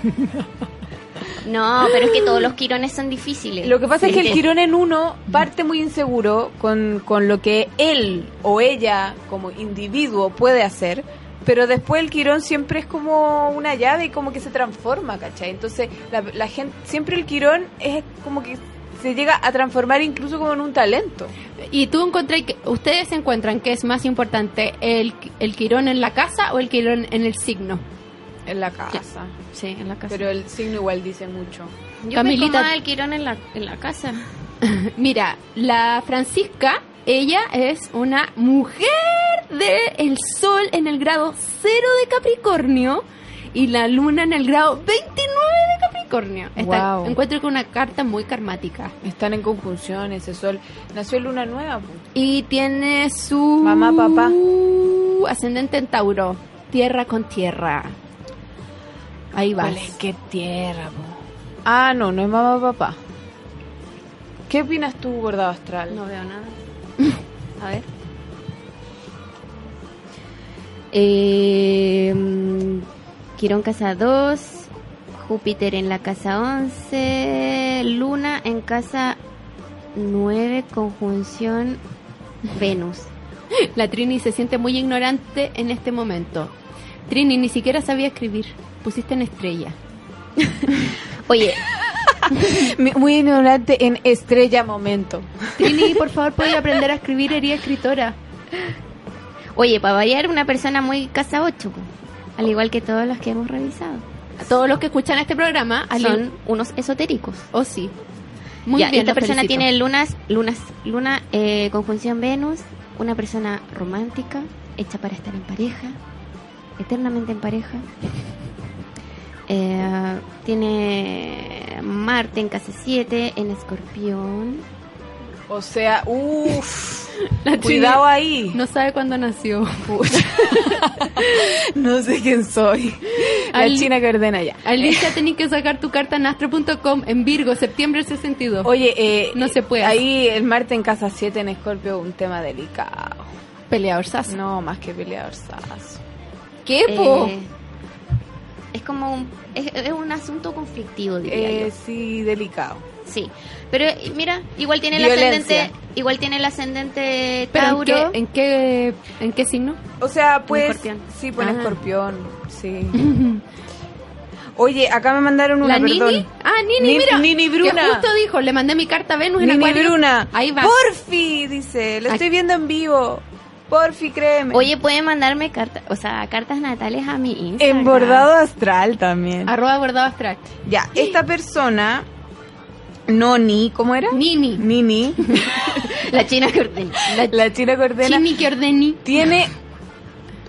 No, pero es que todos los Quirones son difíciles.
Lo que pasa es que el
Quirón
Quirón en uno parte muy inseguro con, con lo que él o ella como individuo puede hacer, pero después el Quirón siempre es como una llave y como que se transforma, ¿cachai? Entonces la, la gente, siempre el Quirón es como que se llega a transformar incluso como en un talento.
Y tú encontré que ustedes encuentran que es más importante el, el quirón en la casa o el quirón en el signo. <laughs>
En la casa.
Sí, en la casa.
Pero el signo igual dice mucho.
Camilita-
Yo Camilita... el Quirón en la, en la casa.
Mira, la Francisca, ella es una mujer de el sol en el grado 0 de Capricornio y la luna en el grado 29 de Capricornio. Esta-
Guau.
Encuentro que una carta muy karmática.
Están en conjunción ese sol. Nació en luna nueva. pues. pu.
Y tiene su...
Mamá, papá.
Ascendente en Tauro. Tierra con tierra. Ahí vas.
Vale, qué tierra. pu. Ah, no, no es mamá papá. ¿Qué opinas tú, bordado astral?
No veo <laughs> nada.
A ver.
Eh, mm, Quirón casa 2, Júpiter en la casa 11, Luna en casa 9, conjunción Venus.
La Trini se siente muy ignorante en este momento. Trini ni siquiera sabía escribir. Pusiste en estrella.
Oye,
<clears throat> Mi- Muy ignorante en estrella momento.
Trini, por favor, puedes aprender a escribir, Ería escritora.
oye, para variar una persona muy casa 8, al igual que todos los que hemos revisado.
A todos los que escuchan este programa, al
Son unos esotéricos.
oh sí. Muy
Ya,
bien,
esta
los
persona
felicito.
tiene lunas, lunas, luna, eh, conjunción Venus, una persona romántica, hecha para estar en pareja, eternamente en pareja. Eh, tiene Marte en casa 7, en escorpión.
O sea, uff.
La
cuidado ahí.
No sabe cuándo nació.
No sé quién soy. La
Al-
china que ordena ya.
Alicia, tenés que sacar tu carta en astro.com en Virgo, septiembre del 62.
Oye, eh,
No se puede.
Ahí el Marte en casa 7 en Escorpio un tema delicado.
Peleador sas.
No, más que peleador sazo.
¿Qué,
Eh, es como un, es, es un asunto conflictivo, diría yo.
Eh, sí, delicado.
Sí, pero eh, mira, igual tiene el
Violencia.
ascendente, igual tiene el ascendente
¿Pero
Tauro.
en qué, en, qué, en qué signo?
O sea, pues.
escorpión.
Sí, pues
Ah.
en escorpión. Sí.
<laughs>
Oye, acá me mandaron una
¿La
perdón.
Nini? Ah, Nini,
Ni-
mira.
Nini Bruna.
Que justo dijo, le mandé mi carta a Venus en
Nini
Acuario.
Bruna.
Ahí va.
Porfi, dice. Lo
Ay.
estoy viendo en vivo. Porfi, créeme.
Oye, pueden mandarme cartas, o sea, cartas natales a mi
pues,
Instagram.
En bordado astral también.
Arroba bordado astral.
Ya, esta persona, Noni, ¿cómo era?
Nini. <laughs>
Nini,
La china que ordena. La-
la china cordena,
Chini que ordení.
tiene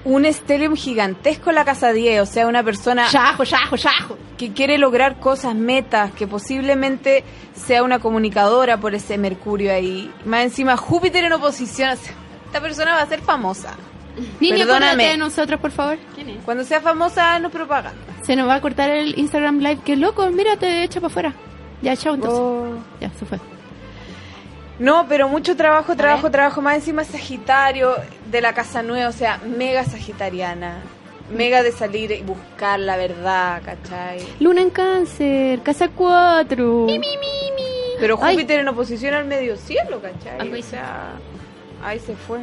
un estelium gigantesco en la casa 10, o sea, una persona
Yajo, yajo, yajo.
que quiere lograr cosas, metas, que posiblemente sea una comunicadora por ese Mercurio ahí. Más encima, Júpiter en oposición, o sea, esta persona va a ser famosa.
Nini,
Perdóname.
acuérdate de nosotros, por favor.
Cuando sea famosa, no propaganda.
Se nos va a cortar el Instagram Live. Qué loco, mira, te echa para afuera. Ya, chao entonces.
Oh.
Ya, se fue.
No, pero mucho trabajo, trabajo, trabajo. Más encima Sagitario de la Casa Nueva, o sea, mega sagitariana. Mega de salir y buscar la verdad, ¿cachai?
Luna en cáncer, casa 4.
Pero
Ay.
Júpiter en oposición al medio cielo, ¿cachai?
Algo
o
hice.
sea, ahí se fue.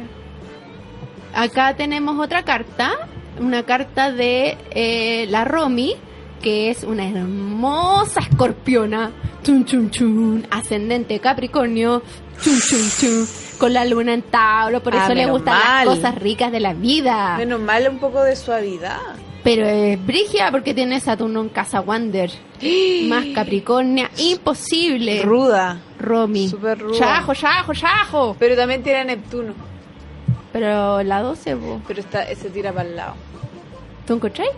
Acá tenemos otra carta, una carta de eh, la Romy, que es una hermosa escorpiona, chun chun chun, ascendente Capricornio, chun chun chun, con la luna en Tauro, por
Ah,
eso le
menos
gustan
mal.
las cosas ricas de la vida.
Menos mal un poco de suavidad.
Pero es Brigia porque tiene Saturno en Casa Wander. Más Capricornia. Imposible.
Ruda.
Romy.
Súper ruda.
Yajo, yajo, yajo.
Pero también tiene a Neptuno.
Pero la 12, po.
Pero está, se tira para el lado.
¿Tú encontráis?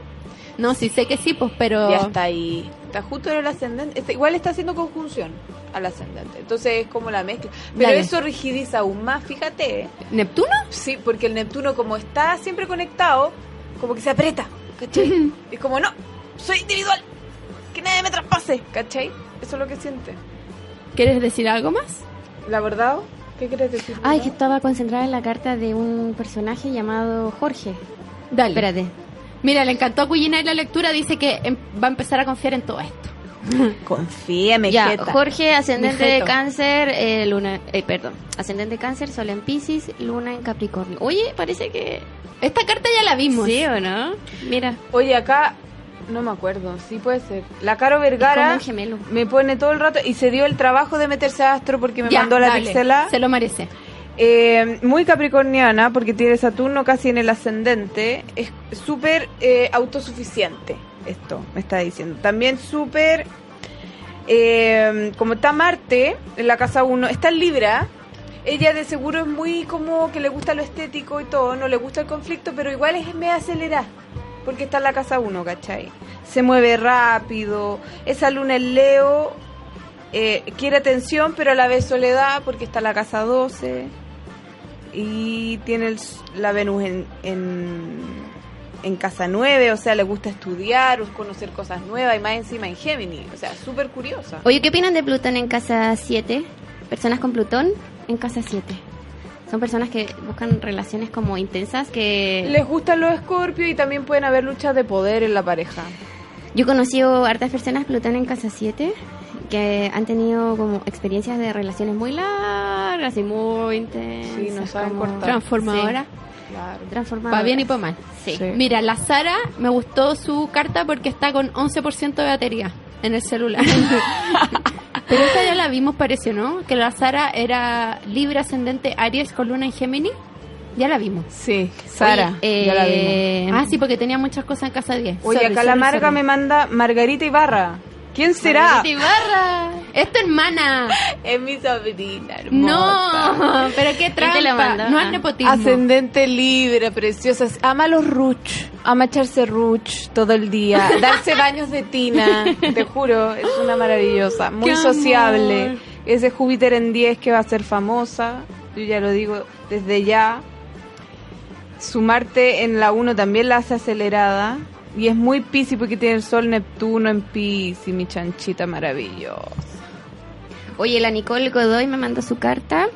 No, sí sé que sí, pues, pero...
Ya está ahí. Está justo en el ascendente. Está- igual está haciendo conjunción al ascendente. Entonces es como la mezcla. Pero
Dale.
eso rigidiza aún más, fíjate. ¿eh?
¿Neptuno?
Sí, porque el Neptuno como está siempre conectado, como que se aprieta, ¿cachai? es como, no, soy individual, que nadie me traspase, ¿cachai? Eso es lo que siente.
¿Quieres decir algo más?
¿La verdad? ¿Qué quieres decir?
Ay, que
Labrado?
estaba concentrada en la carta de un personaje llamado Jorge.
Dale.
Espérate.
Mira, le encantó a Cuyina la lectura. Dice que em- va a empezar a confiar en todo esto.
Confíame,
Ya,
Jeta.
Jorge, ascendente de
Mejeto.
cáncer, eh, luna, eh, perdón, ascendente de cáncer, sol en Pisces, luna en Capricornio. Oye, parece que...
Esta carta ya la vimos.
¿Sí o no? Mira, es
Oye, acá, no me acuerdo, sí puede ser. La Caro
como
Vergara
un gemelo.
me pone todo el rato y se dio el trabajo de meterse a Astro porque me
Ya,
mandó la
dale.
pixela.
Se lo merece.
Eh, muy capricorniana porque tiene Saturno casi en el ascendente. Es súper eh, autosuficiente, esto me está diciendo. También súper, eh, como está Marte en la casa 1, está en Libra. Ella de seguro es muy como que le gusta lo estético y todo, no le gusta el conflicto, pero igual es me acelera porque está en la casa 1, ¿cachai? Se mueve rápido, esa luna en Leo eh, quiere atención, pero a la vez soledad, porque está la casa 12. Y tiene el s- la Venus en, en, en casa 9, o sea, le gusta estudiar, conocer cosas nuevas, y más encima en Gemini, o sea, súper curiosa.
Oye, ¿qué opinan de Plutón en casa 7? Personas con Plutón en casa 7. Son personas que buscan relaciones como intensas que...
Les gustan los escorpios y también pueden haber luchas de poder en la pareja.
Yo he conocido hartas personas Plutón en Casa 7 que han tenido como experiencias de relaciones muy largas y muy intensas.
Sí, no saben
como-
cortar.
Transformadora.
Claro.
Transformadoras.
Va bien y pa' mal.
Sí.
Mira, la Sara me gustó su carta porque está con 11% de batería en el
<laughs>
celular. Pero esta ya la vimos, parece, ¿no? Que la Sara era libre ascendente Aries con luna en Géminis. Ya la vimos.
Sí,
Oye,
ya la vimos.
eh,
Ah, sí, porque tenía muchas cosas en casa 10.
Em. Oye, acá la marca me manda Margarita Ibarra. ¿Quién será?
Margarita Ibarra. ¡Es tu hermana!
Es mi sobrina,
¡No! ¿Pero qué
te la
trampa?
mandó?
No es
Ah.
nepotismo.
Ascendente libre, preciosa. Ama los ruch. Ama echarse ruch todo el <laughs> día. Darse baños de tina. Te juro, es una maravillosa. Muy
¡Qué
sociable.
amor!
Ese Júpiter en 10 que va a ser famosa. Yo ya lo digo desde ya. Su Marte en la 1 también la hace acelerada. Y es muy Piscis porque tiene el Sol Neptuno en Piscis, mi chanchita maravillosa.
Oye, la Nicole Godoy me mandó su carta.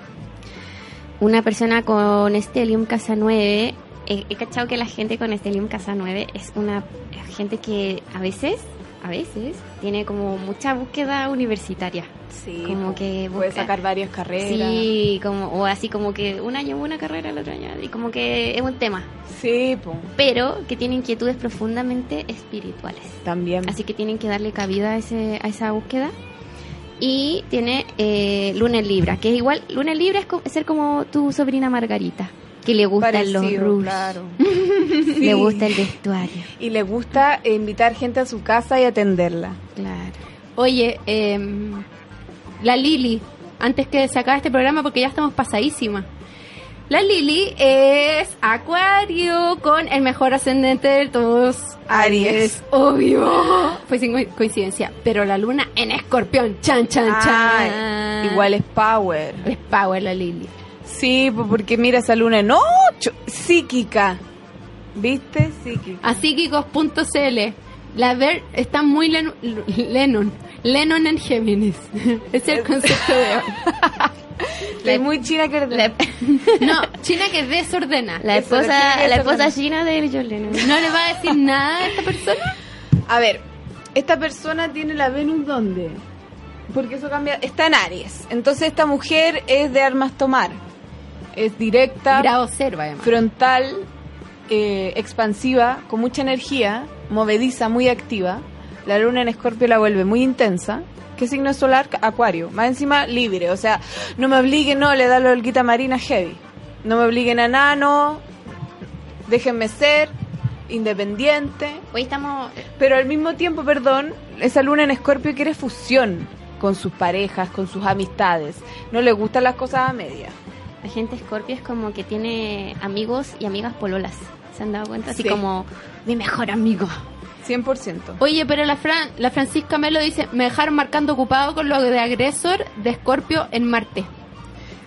Una persona con Stellium Casa 9. He, he cachado que la gente con Stellium Casa 9 es una gente que a veces, a veces, tiene como mucha búsqueda universitaria.
Sí, pues,
Como que
puede
busca-
sacar varias carreras.
Sí, como, o así como que un año una carrera, el otro año, y como que es un tema,
Sí, pues. po,
pero que tiene inquietudes profundamente espirituales.
también.
Así que tienen que darle cabida a, ese, a esa búsqueda. Y tiene eh, Luna en Libra, que es igual, Luna en Libra es, co- es ser como tu sobrina Margarita, que le gustan los
Parecido,
rush, <laughs>
claro.
le
Sí.
gusta el vestuario,
Y le gusta invitar gente a su casa y atenderla.
claro.
Oye, em, la Lili, antes que se acabe este programa porque ya estamos pasadísima. La Lili es Acuario con el mejor ascendente de todos.
Aries.
Obvio. Fue sin co- coincidencia. Pero la luna en escorpión. Chan, chan,
Ah,
chan.
igual es power.
Es power la Lili.
Sí, po, porque mira esa luna en ocho. Psíquica. ¿Viste? Psíquica.
Ah,
A psíquicos.cl. La ver está muy Len- Lennon. Lennon en Géminis. <laughs> es el concepto de hoy.
<laughs>
Es muy china que...
La,
No, China que desordena.
la
Eso,
esposa,
eso
la esposa
también.
china de John Lennon.
¿No le va a decir nada a esta persona?
A ver, esta persona tiene la Venus ¿dónde? Porque eso cambia... Está en Aries. Entonces esta mujer es de armas tomar. Es directa,
Grado cero, además.
frontal, eh, expansiva, con mucha energía, movediza, muy activa. La luna en escorpio la vuelve muy intensa. ¿Qué signo es solar? Acuario. Más encima, libre. O sea, no me obliguen, no, le da la holguita marina heavy. No me obliguen a nano, déjenme ser. independiente,
Hoy estamos.
pero al mismo tiempo, perdón, esa luna en Escorpio quiere fusión con sus parejas, con sus amistades. No le gustan las cosas a medias.
La gente Scorpio es como que tiene amigos y amigas pololas. ¿Se han dado cuenta? Así
Sí.
como mi mejor amigo.
100%.
Oye, pero la, Fran, la Francisca Melo dice, me dejaron marcando ocupado con lo de agresor de Escorpio en Marte.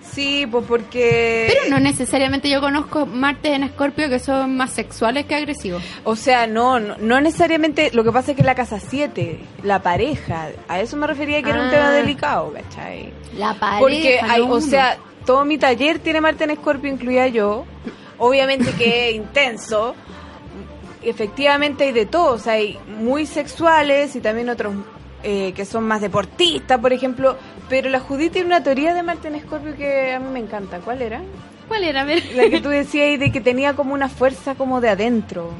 Sí, pues porque...
Pero no necesariamente yo conozco martes en Escorpio que son más sexuales que agresivos.
O sea, no, no, no necesariamente. Lo que pasa es que la casa 7, la pareja, a eso me refería que era un
Ah.
tema delicado, ¿cachai?
La pareja.
Porque hay,
no
o
uno.
sea, todo mi taller tiene Marte en Escorpio, incluida yo. Obviamente que es intenso. Efectivamente hay de todo, o sea, hay muy sexuales y también otros eh, que son más deportistas, por ejemplo. Pero la Judith tiene una teoría de Marte en Escorpio que a mí me encanta. ¿Cuál era?
¿Cuál era? A ver.
La que tú decías y de que tenía como una fuerza como de adentro.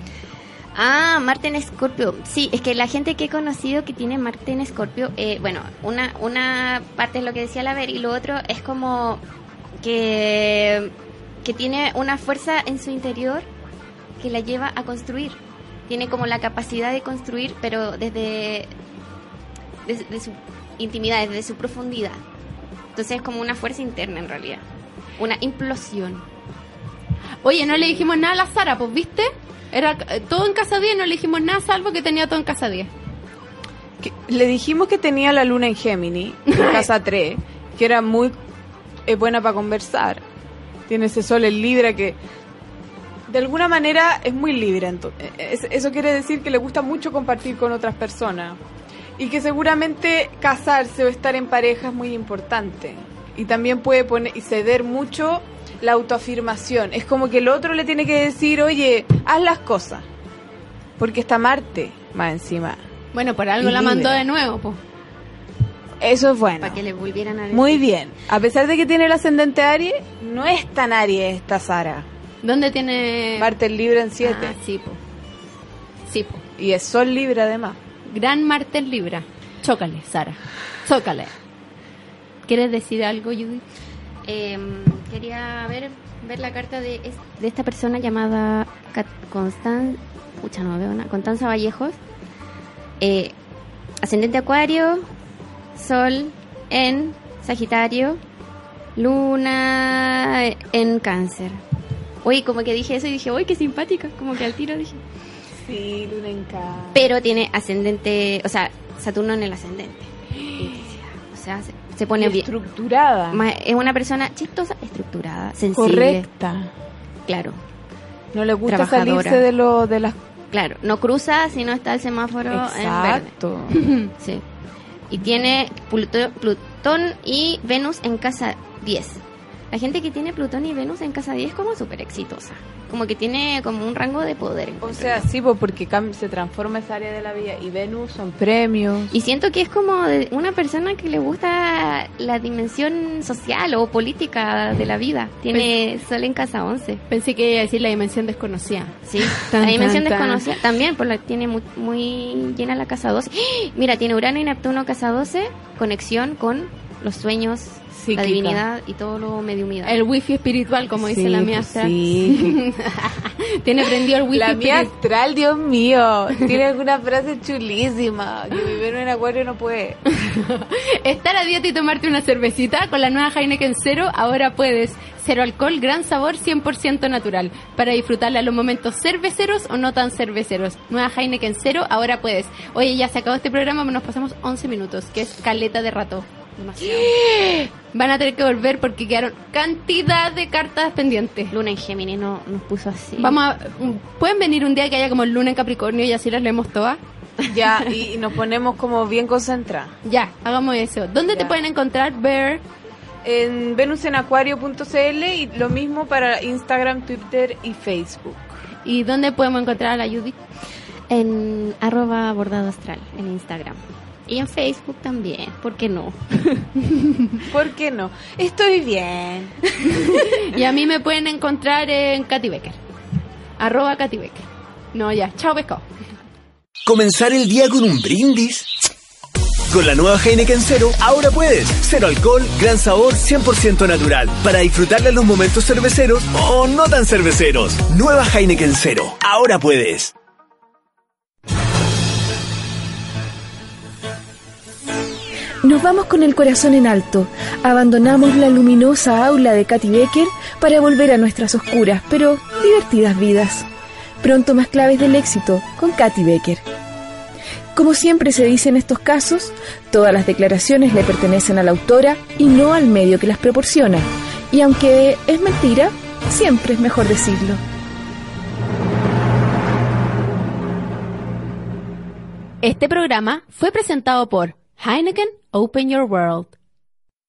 Ah, Marte en Escorpio. Sí, es que la gente que he conocido que tiene Marte en Escorpio, eh, bueno, una, una parte es lo que decía la Ver y lo otro es como que, que tiene una fuerza en su interior que la lleva a construir. Tiene como la capacidad de construir, pero desde, desde su intimidad, desde su profundidad. Entonces es como una fuerza interna en realidad. Una implosión.
Oye, no le dijimos nada a la Sara, pues viste, era eh, todo en casa 10, no le dijimos nada salvo que tenía todo en casa 10.
que- le dijimos que tenía la luna en Gémini, en casa 3, que era muy eh, buena para conversar. Tiene ese sol en Libra que de alguna manera es muy Libra. ento- eh, es- Eso quiere decir que le gusta mucho compartir con otras personas. Y que seguramente casarse o estar en pareja es muy importante. Y también puede poner y ceder mucho la autoafirmación. Es como que el otro le tiene que decir, oye, haz las cosas. Porque está Marte más encima.
Bueno, por algo
Y
la mandó
libre.
de nuevo, pues.
Eso es bueno.
Para que le volvieran a decir.
Muy bien. A pesar de que tiene el ascendente Aries, no es tan Aries esta Sara.
¿Dónde tiene...?
Marte en Libra en 7.
Ah, sí, pues. Sí, pues.
Y es Sol Libra además.
Gran Marte en Libra. Chócale, Sara. Chócale. ¿Quieres decir algo, Judith?
Em, quería ver, ver la carta de, es- de esta persona llamada Constanza, pucha, no veo nada, Constanza Vallejos. Eh, ascendente Acuario, Sol en Sagitario, Luna en Cáncer. Oye, como que dije eso y dije, uy, qué simpática, como que al tiro dije.
Sí, Luna en casa.
Pero tiene ascendente, o sea, Saturno en el ascendente. Y decía, O sea, se, se pone bien.
estructurada.
Ma- Es una persona chistosa, estructurada, sensible.
Correcta.
Claro,
No le gusta
Trabajadora.
salirse de lo de las
claro. No cruza si no está el semáforo en verde.
Exacto.
Sí. Y tiene Pluto- Plutón y Venus en casa 10. La gente que tiene Plutón y Venus en casa 10 es como súper exitosa. Como que tiene como un rango de poder.
O
encuentro
sea,
yo.
sí, pues, porque cam- se transforma esa área de la vida y Venus son premios.
Y siento que es como de una persona que le gusta la dimensión social o política de la vida. Tiene
Pues
Sol en casa 11.
Pensé que iba a decir la dimensión desconocida.
Sí,
Tan,
la dimensión
tan, tan.
desconocida también, por la tiene muy, muy llena la casa 12. ¡Ah! Mira, tiene Urano y Neptuno casa 12, conexión con los sueños,
Psíquica.
la divinidad y todo lo medio humedad.
El wifi espiritual, como dice
Sí,
la mía
pues,
astral.
sí. <laughs>
Tiene prendido el wifi
La mía
espiritual.
astral, Dios mío, tiene alguna frase chulísima. Que vivir en acuario no puede.
Estar a dieta y tomarte una cervecita con la nueva Heineken Cero, ahora puedes. Cero alcohol, gran sabor, 100% natural. Para disfrutarla los momentos cerveceros o no tan cerveceros. Nueva Heineken Cero, ahora puedes. Oye, ya se acabó este programa, nos pasamos 11 minutos, que es caleta de rato. Demasiado. Van a tener que volver porque quedaron cantidad de cartas pendientes.
Luna en Géminis no, nos puso así.
Vamos a, mm, ¿Pueden venir un día que haya como luna en Capricornio y así las leemos todas?
Ya, y, y nos ponemos como bien concentradas.
Ya, hagamos eso. ¿Dónde te
Ya.
pueden encontrar, Bear?
En venusenacuario.cl y lo mismo para Instagram, Twitter y Facebook.
¿Y dónde podemos encontrar a la Judith?
En arroba bordado astral, en Instagram. Y en Facebook también, ¿por qué no?
¿Por qué no? Estoy bien.
Y a mí me pueden encontrar en Katy Becker. Arroba Katy Becker. No, ya. Chao, pescado.
Comenzar el día con un brindis.
Con la nueva Heineken Cero, ahora puedes. Cero alcohol, gran sabor, 100% natural. Para disfrutarle los momentos cerveceros o no tan cerveceros. Nueva Heineken Cero, ahora puedes.
Nos vamos con el corazón en alto. Abandonamos la luminosa aula de Katy Becker para volver a nuestras oscuras, pero divertidas vidas. Pronto más claves del éxito con Katy Becker. Como siempre se dice en estos casos, todas las declaraciones le pertenecen a la autora y no al medio que las proporciona. Y aunque es mentira, siempre es mejor decirlo.
Este programa fue presentado por Heineken Open Your World.